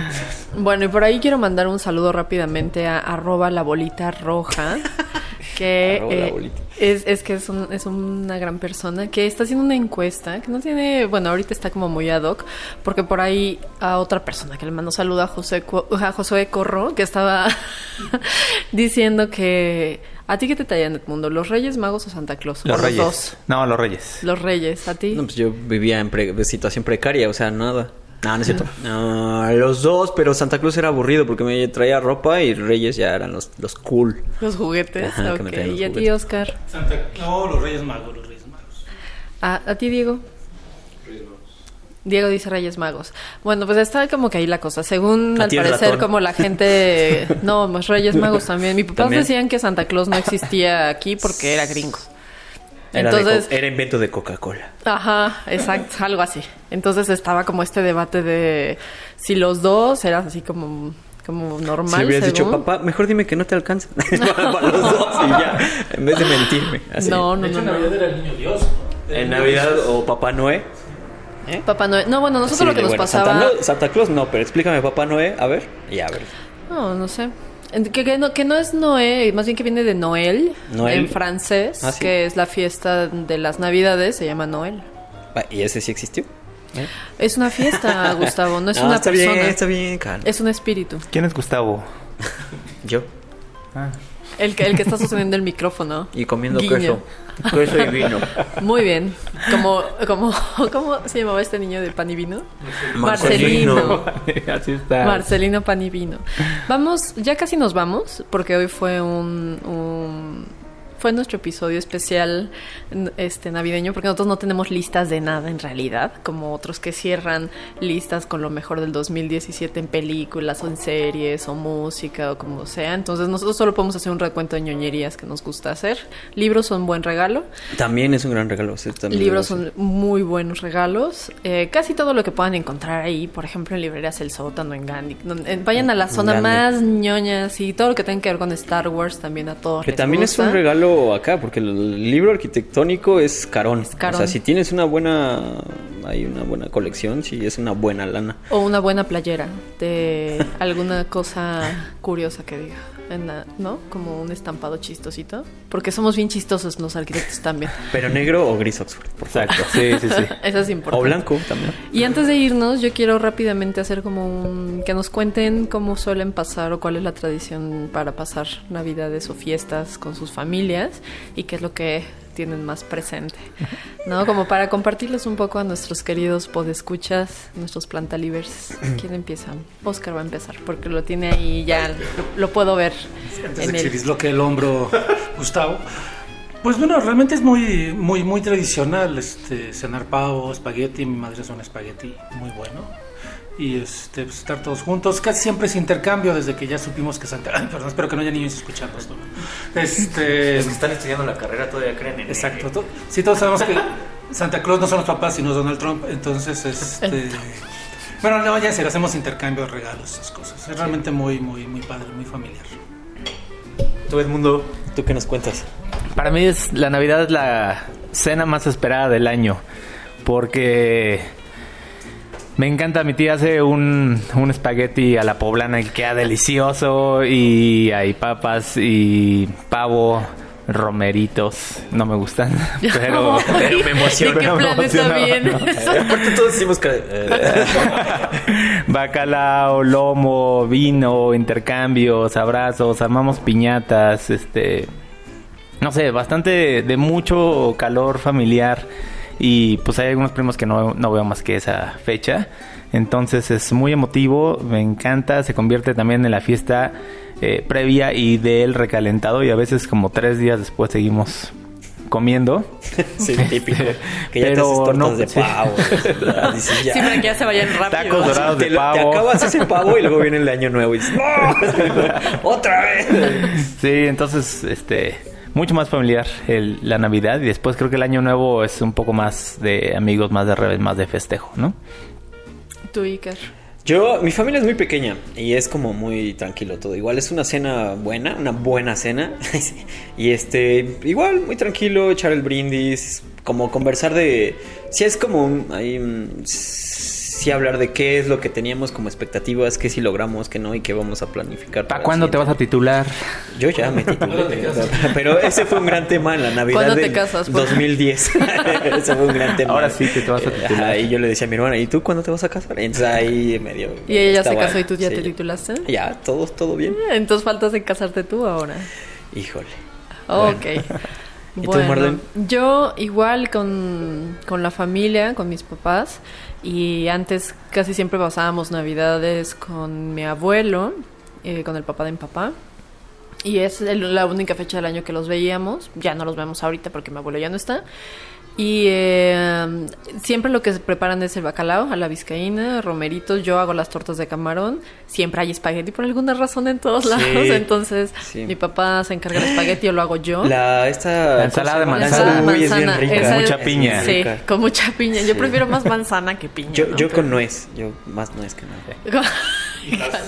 [SPEAKER 2] Bueno, y por ahí quiero mandar un saludo rápidamente a arroba la bolita roja. Que
[SPEAKER 3] Arroba la
[SPEAKER 2] eh,
[SPEAKER 3] bolita.
[SPEAKER 2] es, es que es, un- es una gran persona que está haciendo una encuesta que no tiene, bueno, ahorita está como muy ad hoc, porque por ahí a otra persona que le mando saludo a, José, Cu- a Josué Corro, que estaba diciendo que a ti que te tallan el mundo, los Reyes Magos o Santa Claus, O
[SPEAKER 5] Los Reyes.
[SPEAKER 2] dos.
[SPEAKER 5] No, los Reyes.
[SPEAKER 2] Los Reyes, a ti.
[SPEAKER 3] No, pues yo vivía en pre- situación precaria, o sea, nada. No, no es cierto. No, los dos, pero Santa Claus era aburrido porque me traía ropa y Reyes ya eran los, los cool.
[SPEAKER 2] Los juguetes,
[SPEAKER 3] Ajá, que me
[SPEAKER 2] ok.
[SPEAKER 3] traen los
[SPEAKER 2] Y a ti,
[SPEAKER 3] juguetes.
[SPEAKER 2] Oscar.
[SPEAKER 4] Santa- No, los Reyes Magos, los Reyes Magos.
[SPEAKER 2] A, a ti, Diego. Diego dice Reyes Magos. Bueno, pues está como que ahí la cosa. Según
[SPEAKER 3] A
[SPEAKER 2] al
[SPEAKER 3] ti el
[SPEAKER 2] parecer,
[SPEAKER 3] ratón.
[SPEAKER 2] como la gente. No, pues Reyes Magos también. Mi papás
[SPEAKER 3] También.
[SPEAKER 2] decían que Santa Claus no existía aquí porque era gringo.
[SPEAKER 3] Era, de
[SPEAKER 2] Entonces,
[SPEAKER 3] co- era invento de Coca-Cola.
[SPEAKER 2] ajá, exacto, algo así. Entonces estaba como este debate de si los dos eran así como, como normal.
[SPEAKER 3] Si hubieras dicho,
[SPEAKER 2] según.
[SPEAKER 3] papá, mejor dime que no te alcanza. para, para los dos y ya. En vez de mentirme. así.
[SPEAKER 2] No,
[SPEAKER 4] De
[SPEAKER 2] no, no.
[SPEAKER 4] hecho, en
[SPEAKER 2] no.
[SPEAKER 4] Navidad era el niño Dios.
[SPEAKER 3] En Navidad o Papá Noé.
[SPEAKER 2] Papá Noel- No, bueno, nosotros
[SPEAKER 3] Sí,
[SPEAKER 2] lo que
[SPEAKER 3] de,
[SPEAKER 2] nos
[SPEAKER 3] bueno,
[SPEAKER 2] pasaba.
[SPEAKER 3] Santa, Claus- Santa Claus no, pero explícame Papá Noé, a ver. Y a ver.
[SPEAKER 2] No, no sé. En- Que, que no, que no es Noé, más bien que viene de Noel,
[SPEAKER 3] Noel.
[SPEAKER 2] en francés,
[SPEAKER 3] Ah, sí.
[SPEAKER 2] que es la fiesta de las Navidades, se llama Noel.
[SPEAKER 3] Va, ¿Y ese sí existió?
[SPEAKER 2] Es una fiesta, Gustavo, no es una
[SPEAKER 3] Ah, está
[SPEAKER 2] persona.
[SPEAKER 3] Bien, está bien, Carlos.
[SPEAKER 2] Es un espíritu.
[SPEAKER 5] ¿Quién es Gustavo?
[SPEAKER 3] Yo.
[SPEAKER 5] Ah,
[SPEAKER 2] El que, el que está sosteniendo el micrófono.
[SPEAKER 3] Y comiendo
[SPEAKER 2] Guiño.
[SPEAKER 3] queso. Queso y vino.
[SPEAKER 2] Muy bien. Como, como, ¿Cómo se llamaba este niño de pan y vino?
[SPEAKER 3] Marcelino.
[SPEAKER 5] así está.
[SPEAKER 2] Marcelino Panivino. Vamos, ya casi nos vamos, porque hoy fue un, un- fue nuestro episodio especial n- este navideño, porque nosotros no tenemos listas de nada en realidad, como otros que cierran listas con lo mejor del 2017 en películas o en series o música o como sea. Entonces nosotros solo podemos hacer un recuento de ñoñerías que nos gusta hacer. Libros son buen regalo.
[SPEAKER 3] También es un gran regalo. sí, también
[SPEAKER 2] Libros
[SPEAKER 3] lo sé.
[SPEAKER 2] son muy buenos regalos. Eh, casi todo lo que puedan encontrar ahí, por ejemplo, en librerías El Sótano, en Gandhi. donde- eh, vayan a la zona
[SPEAKER 3] Gandhi.
[SPEAKER 2] más ñoñas y todo lo que tenga que ver con Star Wars también a todos.
[SPEAKER 3] Que
[SPEAKER 2] les
[SPEAKER 3] también es un
[SPEAKER 2] gusta.
[SPEAKER 3] regalo acá, porque el libro arquitectónico es carón.
[SPEAKER 2] carón.
[SPEAKER 3] O sea, si tienes una buena. Hay una buena colección, sí, es una buena lana.
[SPEAKER 2] O una buena playera de alguna cosa curiosa que diga. en la- ¿No? Como un estampado chistosito. Porque somos bien chistosos los arquitectos también.
[SPEAKER 3] Pero negro o gris Oxford, por favor.
[SPEAKER 5] Exacto, sí, sí, sí.
[SPEAKER 2] Eso es
[SPEAKER 3] O
[SPEAKER 2] importante.
[SPEAKER 3] blanco también.
[SPEAKER 2] Y antes de irnos, yo quiero rápidamente hacer como un... que nos cuenten cómo suelen pasar o cuál es la tradición para pasar navidades o fiestas con sus familias y qué es lo que tienen más presente, ¿no? Como para compartirles un poco a nuestros queridos podescuchas, nuestros plantalivers. ¿Quién empieza? Oscar va a empezar porque lo tiene ahí ya, lo, lo puedo ver.
[SPEAKER 4] Antes
[SPEAKER 2] en
[SPEAKER 4] de que se
[SPEAKER 2] él.
[SPEAKER 4] disloque el hombro, Gustavo. Pues bueno, realmente es muy, muy, muy tradicional, este, cenar pavo, espagueti, mi madre hace un espagueti muy bueno. Y este, pues, estar todos juntos, casi siempre es intercambio desde que ya supimos que Santa... Ay, perdón, espero que no haya niños escuchando esto. ¿no? Este,
[SPEAKER 6] están estudiando la carrera todavía creen en
[SPEAKER 4] exacto, to- sí todos sabemos que Santa Claus no son los papás, sino es Donald Trump, entonces este... Bueno, no, ya se hacemos intercambios, regalos, esas cosas. Es realmente muy, muy, muy padre, muy familiar.
[SPEAKER 3] Todo el mundo. ¿Tú qué nos cuentas?
[SPEAKER 5] Para mí es la Navidad es la cena más esperada del año. Porque me encanta, mi tía hace un, un espagueti a la poblana que queda delicioso. Y hay papas y pavo, romeritos. No me gustan, pero...
[SPEAKER 3] pero me emociono,
[SPEAKER 2] ¿De qué
[SPEAKER 5] me
[SPEAKER 2] planeta
[SPEAKER 5] emociono.
[SPEAKER 2] vienes?
[SPEAKER 3] Aparte, todos decimos que. eh,
[SPEAKER 5] Bacalao, lomo, vino, intercambios, abrazos, armamos piñatas, este... No sé, bastante de mucho calor familiar y pues hay algunos primos que no, no veo más que esa fecha. Entonces es muy emotivo, me encanta, se convierte también en la fiesta eh, previa y del recalentado y a veces como tres días después seguimos comiendo.
[SPEAKER 3] sí, típico. Que ya
[SPEAKER 5] Pero
[SPEAKER 3] te haces tortas
[SPEAKER 5] no,
[SPEAKER 3] de
[SPEAKER 5] sí.
[SPEAKER 3] pavo. ¿verdad? Dices, ya.
[SPEAKER 2] Sí, para que ya se vayan rápido.
[SPEAKER 5] Tacos dorados de
[SPEAKER 3] Te, lo- te
[SPEAKER 5] pavo.
[SPEAKER 3] acabas ese pavo y luego viene el año nuevo y dices, "No, ¡Otra vez!
[SPEAKER 5] Sí, entonces, este, mucho más familiar el- la Navidad y después creo que el Año Nuevo es un poco más de amigos, más de revés, más de festejo, ¿no?
[SPEAKER 2] Tú, Iker.
[SPEAKER 3] Yo, mi familia es muy pequeña y es como muy tranquilo todo. Igual es una cena buena, una buena cena. y este, igual muy tranquilo, echar el brindis, como conversar de. Si es como. un- ahí, mm, sí hablar de qué es lo que teníamos como expectativas, qué sí logramos, qué no y qué vamos a planificar.
[SPEAKER 5] ¿Para cuándo te vas a titular?
[SPEAKER 3] Yo ya me titulé. pero ese fue un gran tema en la Navidad
[SPEAKER 2] ¿Cuándo te
[SPEAKER 3] del
[SPEAKER 2] casas, pues. por favor?
[SPEAKER 3] 2010. ese fue un gran tema. Eh,
[SPEAKER 5] Ahora sí que te vas a titular.
[SPEAKER 3] Ajá, y yo le decía a mi hermana, ¿y tú cuándo te vas a casar? Entonces ahí medio.
[SPEAKER 2] Y ella ya se
[SPEAKER 3] estaba-
[SPEAKER 2] casó y tú ya
[SPEAKER 3] sí.
[SPEAKER 2] te titulaste.
[SPEAKER 3] Ya, todo, todo bien.
[SPEAKER 2] Ah, Entonces faltas de casarte tú ahora.
[SPEAKER 3] Híjole.
[SPEAKER 2] Ok.
[SPEAKER 3] ¿Y tú,
[SPEAKER 2] Bueno,
[SPEAKER 3] Marlene?
[SPEAKER 2] yo igual con, con la familia, con mis papás, y antes casi siempre pasábamos navidades con mi abuelo, eh, con el papá de mi papá, y es el- la única fecha del año que los veíamos, ya no los vemos ahorita porque mi abuelo ya no está, y eh, siempre lo que se preparan es el bacalao a la vizcaína, romeritos, yo hago las tortas de camarón, siempre hay espagueti por alguna razón en todos
[SPEAKER 3] Sí.
[SPEAKER 2] lados, entonces
[SPEAKER 3] Sí.
[SPEAKER 2] mi papá se encarga del espagueti, yo lo hago yo.
[SPEAKER 3] La, esta,
[SPEAKER 5] La ensalada de
[SPEAKER 3] ¿cómo se llama? Uy,
[SPEAKER 5] manzana.
[SPEAKER 3] es bien
[SPEAKER 2] Manzana,
[SPEAKER 3] rica.
[SPEAKER 2] esa
[SPEAKER 5] Con mucha
[SPEAKER 3] Es
[SPEAKER 5] piña.
[SPEAKER 3] bien
[SPEAKER 2] Sí,
[SPEAKER 3] rica.
[SPEAKER 2] con mucha piña. Yo
[SPEAKER 3] Sí.
[SPEAKER 2] prefiero más manzana que piña.
[SPEAKER 3] Yo,
[SPEAKER 2] ¿no?
[SPEAKER 3] yo
[SPEAKER 2] Pero-
[SPEAKER 3] con nuez. Yo más nuez que nada.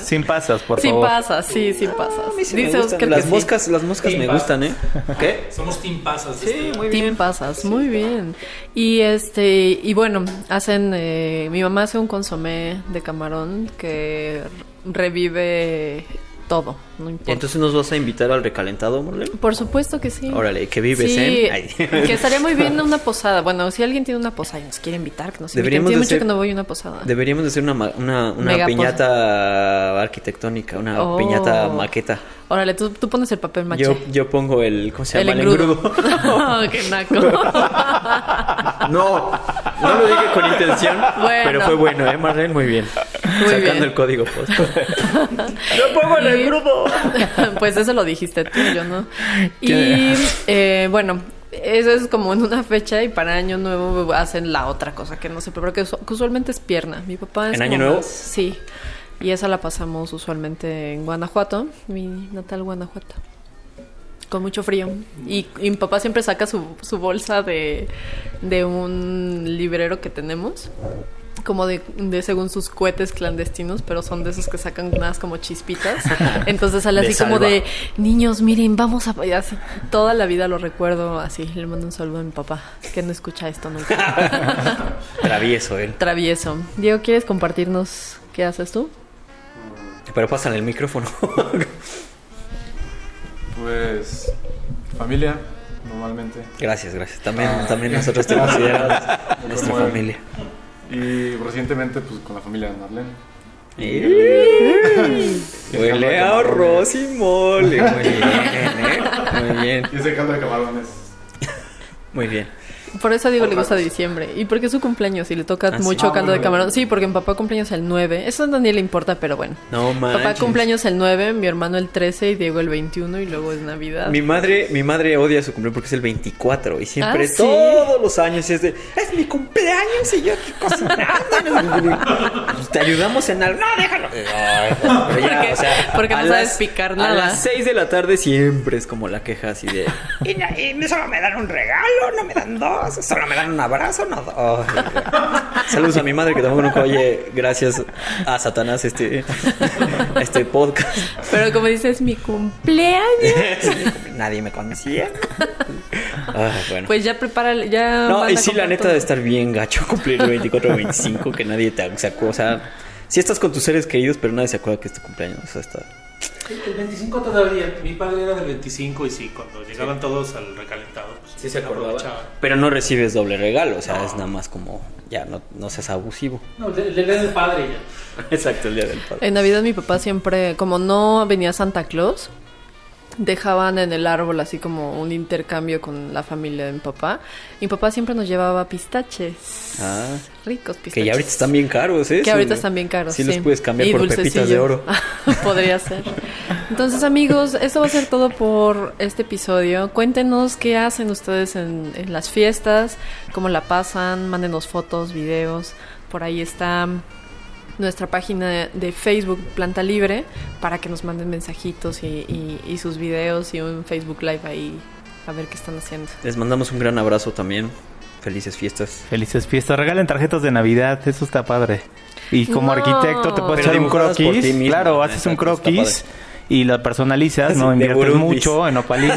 [SPEAKER 5] Sin pasas, por
[SPEAKER 2] sí
[SPEAKER 5] favor.
[SPEAKER 2] pasa, sí, sí pasa.
[SPEAKER 3] A mí sí me
[SPEAKER 2] Dice
[SPEAKER 3] gustan.
[SPEAKER 2] Oscar
[SPEAKER 3] Las
[SPEAKER 2] que
[SPEAKER 3] moscas, las moscas
[SPEAKER 4] Sí,
[SPEAKER 3] me
[SPEAKER 4] va.
[SPEAKER 3] gustan, ¿eh? ¿Qué?
[SPEAKER 4] Somos team pasas. de este lado.
[SPEAKER 2] sí. Team pasas, muy bien. Y este, y bueno, hacen, eh, mi mamá hace un consomé de camarón que revive todo, no importa.
[SPEAKER 3] Entonces nos vas a invitar al recalentado, Marlene.
[SPEAKER 2] Por supuesto que sí.
[SPEAKER 3] Órale, que vives
[SPEAKER 2] Sí,
[SPEAKER 3] en. Ay.
[SPEAKER 2] que estaría muy bien una posada. Bueno, si alguien tiene una posada y nos quiere invitar, que nos inviten.
[SPEAKER 3] Deberíamos
[SPEAKER 2] Tiene
[SPEAKER 3] de
[SPEAKER 2] mucho
[SPEAKER 3] hacer-
[SPEAKER 2] que no voy a una posada.
[SPEAKER 3] Deberíamos de hacer una, ma- una, una
[SPEAKER 2] Mega
[SPEAKER 3] piñata arquitectónica, una
[SPEAKER 2] Oh.
[SPEAKER 3] piñata maqueta.
[SPEAKER 2] Órale, tú, tú pones el papel maché.
[SPEAKER 3] Yo, yo pongo el, ¿cómo se
[SPEAKER 2] el
[SPEAKER 3] llama?
[SPEAKER 2] engrudo. Oh, qué naco.
[SPEAKER 3] No, no lo dije con intención,
[SPEAKER 2] Bueno.
[SPEAKER 3] pero fue bueno, ¿eh, Marlene? Muy bien. Sacando
[SPEAKER 2] bien.
[SPEAKER 3] el código postal.
[SPEAKER 2] Yo pongo el engrudo. pues eso lo dijiste tú, yo no. Y eh, bueno, eso es como en una fecha y para Año Nuevo hacen la otra cosa que no sé, pero que usu- que usualmente es pierna. Mi papá es
[SPEAKER 3] ¿En Año
[SPEAKER 2] como
[SPEAKER 3] Nuevo?
[SPEAKER 2] más- sí. Y esa la pasamos usualmente en Guanajuato, mi natal Guanajuato. Con mucho frío. Y, y mi papá siempre saca su, su bolsa de, de un librero que tenemos. Como de, de según sus cohetes clandestinos, pero son de esos que sacan unas como chispitas. Entonces sale
[SPEAKER 3] De
[SPEAKER 2] así como
[SPEAKER 3] salva.
[SPEAKER 2] de niños, miren, vamos a. y Así, toda la vida lo recuerdo así. Le mando un saludo a mi papá, que no escucha esto nunca.
[SPEAKER 3] Travieso él.
[SPEAKER 2] Travieso. Diego, ¿quieres compartirnos qué haces tú?
[SPEAKER 3] Pero pasan el micrófono.
[SPEAKER 7] Pues familia, normalmente.
[SPEAKER 3] gracias, gracias. También, también nosotros te consideramos nuestra
[SPEAKER 7] Como el-
[SPEAKER 3] familia.
[SPEAKER 7] Y recientemente pues con la familia de Marlene.
[SPEAKER 3] Huele a arroz y mole. Muy bien, ¿eh? Muy bien.
[SPEAKER 7] Y ese caldo de camarones.
[SPEAKER 3] Muy bien.
[SPEAKER 2] Por eso digo le gusta diciembre. ¿Y porque es su cumpleaños? Y le toca
[SPEAKER 3] Ah, sí.
[SPEAKER 2] mucho
[SPEAKER 7] Ah,
[SPEAKER 2] caldo de
[SPEAKER 7] bueno.
[SPEAKER 2] camarón. Sí, porque mi papá cumpleaños el 9. Eso a nadie le importa, pero bueno.
[SPEAKER 3] No manches.
[SPEAKER 2] Papá cumpleaños el 9, mi hermano el 13 y Diego el 21 y luego es Navidad.
[SPEAKER 3] Mi madre, mi madre odia su cumpleaños porque es el 24 y siempre
[SPEAKER 2] Ah, ¿sí?
[SPEAKER 3] todos los años es de es mi cumpleaños y yo aquí cocinando. "Pues, Te ayudamos en algo. No, déjalo. Pero ya,
[SPEAKER 2] Porque-
[SPEAKER 3] o sea,
[SPEAKER 2] porque no
[SPEAKER 3] a
[SPEAKER 2] sabes
[SPEAKER 3] las-
[SPEAKER 2] picar
[SPEAKER 3] A
[SPEAKER 2] nada.
[SPEAKER 3] las 6 de la tarde siempre es como la queja así de y, no- y solo me dan un regalo, no me dan dos, solo me dan un abrazo, no. do- Ay, Saludos a mi madre que tampoco nunca oye gracias a Satanás este este podcast.
[SPEAKER 2] Pero como dices, mi cumpleaños.
[SPEAKER 3] Nadie me conocía. Ah, bueno.
[SPEAKER 2] Pues ya prepara, ya.
[SPEAKER 3] no,
[SPEAKER 2] manda
[SPEAKER 3] y sí, la
[SPEAKER 2] comprar
[SPEAKER 3] neta
[SPEAKER 2] todo.
[SPEAKER 3] de estar bien gacho cumplir el 24 o 25, que nadie te sacó. O sea, si estás con tus seres queridos, pero nadie se acuerda que es tu cumpleaños. O sea, está.
[SPEAKER 4] El 25 todavía. Mi padre era del 25 y sí, cuando llegaban todos al recalentado. Pues,
[SPEAKER 3] Sí se acordaba.
[SPEAKER 4] aprovechaban.
[SPEAKER 3] Pero no recibes doble regalo, o sea, es nada más como, ya no, no seas abusivo.
[SPEAKER 4] No, el del- el del padre ya.
[SPEAKER 3] Exacto, el día del padre.
[SPEAKER 2] En Navidad mi papá siempre, como no venía Santa Claus, dejaban en el árbol así como un intercambio con la familia de mi papá. Mi papá siempre nos llevaba pistaches.
[SPEAKER 3] Ah.
[SPEAKER 2] Ricos pistaches.
[SPEAKER 3] Que ya ahorita están bien caros, ¿eh?
[SPEAKER 2] Que ahorita
[SPEAKER 3] Son-
[SPEAKER 2] están bien caros.
[SPEAKER 3] Sí, los puedes cambiar
[SPEAKER 2] Y
[SPEAKER 3] por pepitas de
[SPEAKER 2] dulcecillo.
[SPEAKER 3] oro.
[SPEAKER 2] Podría ser. Entonces, amigos, esto va a ser todo por este episodio. Cuéntenos qué hacen ustedes en, en las fiestas, cómo la pasan, mándenos fotos, videos. Por ahí está nuestra página de Facebook Planta Libre para que nos manden mensajitos y, y- y sus videos y un Facebook Live ahí a ver qué están haciendo.
[SPEAKER 3] Les mandamos un gran abrazo también. Felices fiestas.
[SPEAKER 5] Felices fiestas. Regalen tarjetas de Navidad. Eso está padre. Y como
[SPEAKER 2] No.
[SPEAKER 5] arquitecto te
[SPEAKER 3] Pero
[SPEAKER 5] puedes echar un
[SPEAKER 3] dibujadas por
[SPEAKER 5] croquis.
[SPEAKER 3] ti mismo,
[SPEAKER 5] claro,
[SPEAKER 3] ¿no?
[SPEAKER 5] haces
[SPEAKER 3] Está-
[SPEAKER 5] un
[SPEAKER 3] está
[SPEAKER 5] croquis y lo personalizas,
[SPEAKER 3] Sí,
[SPEAKER 5] no
[SPEAKER 3] de
[SPEAKER 5] inviertes
[SPEAKER 3] Burundis.
[SPEAKER 5] mucho en opalina.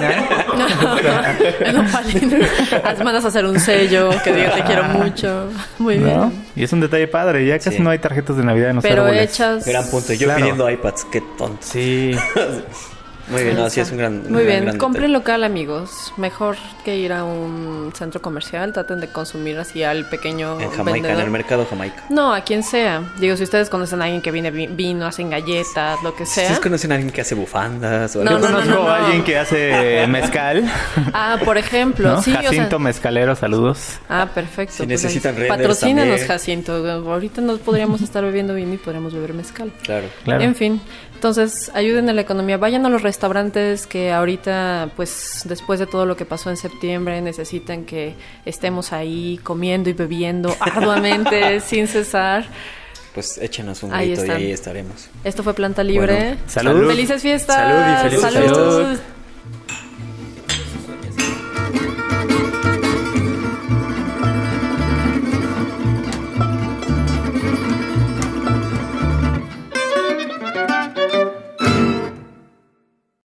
[SPEAKER 2] no, Palina. Haz- mandas a hacer un sello que diga te quiero mucho. Muy bien.
[SPEAKER 5] ¿no? Y es un detalle padre, ya casi
[SPEAKER 3] Sí.
[SPEAKER 5] no hay tarjetas de Navidad en los
[SPEAKER 2] Pero
[SPEAKER 5] árboles.
[SPEAKER 2] hechas.
[SPEAKER 3] Gran punto. Yo
[SPEAKER 5] Claro.
[SPEAKER 3] pidiendo iPads, qué tonto.
[SPEAKER 5] Sí.
[SPEAKER 3] Muy bien, no, sí es un gran. un
[SPEAKER 2] Muy
[SPEAKER 3] gran-
[SPEAKER 2] bien,
[SPEAKER 3] gran
[SPEAKER 2] compren
[SPEAKER 3] detalle.
[SPEAKER 2] local amigos. Mejor que ir a un centro comercial, traten de consumir así al pequeño
[SPEAKER 3] En Jamaica,
[SPEAKER 2] vendedor.
[SPEAKER 3] en el mercado Jamaica.
[SPEAKER 2] no, a quien sea. Digo, si ustedes conocen a alguien que viene vi- vino, hacen galletas, lo que sea.
[SPEAKER 3] ¿Ustedes conocen a alguien que hace bufandas? o
[SPEAKER 2] No,
[SPEAKER 5] Yo
[SPEAKER 3] algo?
[SPEAKER 2] no, no,
[SPEAKER 5] conozco
[SPEAKER 2] no, no.
[SPEAKER 5] a alguien que hace mezcal.
[SPEAKER 2] Ah, por ejemplo,
[SPEAKER 5] ¿no?
[SPEAKER 2] sí, o sea-
[SPEAKER 5] Jacinto Mezcalero, saludos.
[SPEAKER 2] Ah, perfecto.
[SPEAKER 3] Si
[SPEAKER 2] pues
[SPEAKER 3] necesitan
[SPEAKER 2] ahí-
[SPEAKER 3] renders
[SPEAKER 2] Patrocínanos,
[SPEAKER 3] también.
[SPEAKER 2] Jacinto. Ahorita no podríamos estar bebiendo vino y podríamos beber mezcal.
[SPEAKER 3] Claro.
[SPEAKER 5] Claro.
[SPEAKER 2] En fin, entonces ayuden a la economía, vayan a los restaurantes que ahorita, pues después de todo lo que pasó en septiembre, necesitan que estemos ahí comiendo y bebiendo arduamente, sin cesar.
[SPEAKER 3] Pues échenos un
[SPEAKER 2] Ahí
[SPEAKER 3] grito y
[SPEAKER 2] están.
[SPEAKER 3] ahí estaremos.
[SPEAKER 2] Esto fue Planta Libre.
[SPEAKER 3] Bueno,
[SPEAKER 5] salud.
[SPEAKER 2] Felices fiestas.
[SPEAKER 3] Salud y felices
[SPEAKER 2] Salud.
[SPEAKER 5] fiestas.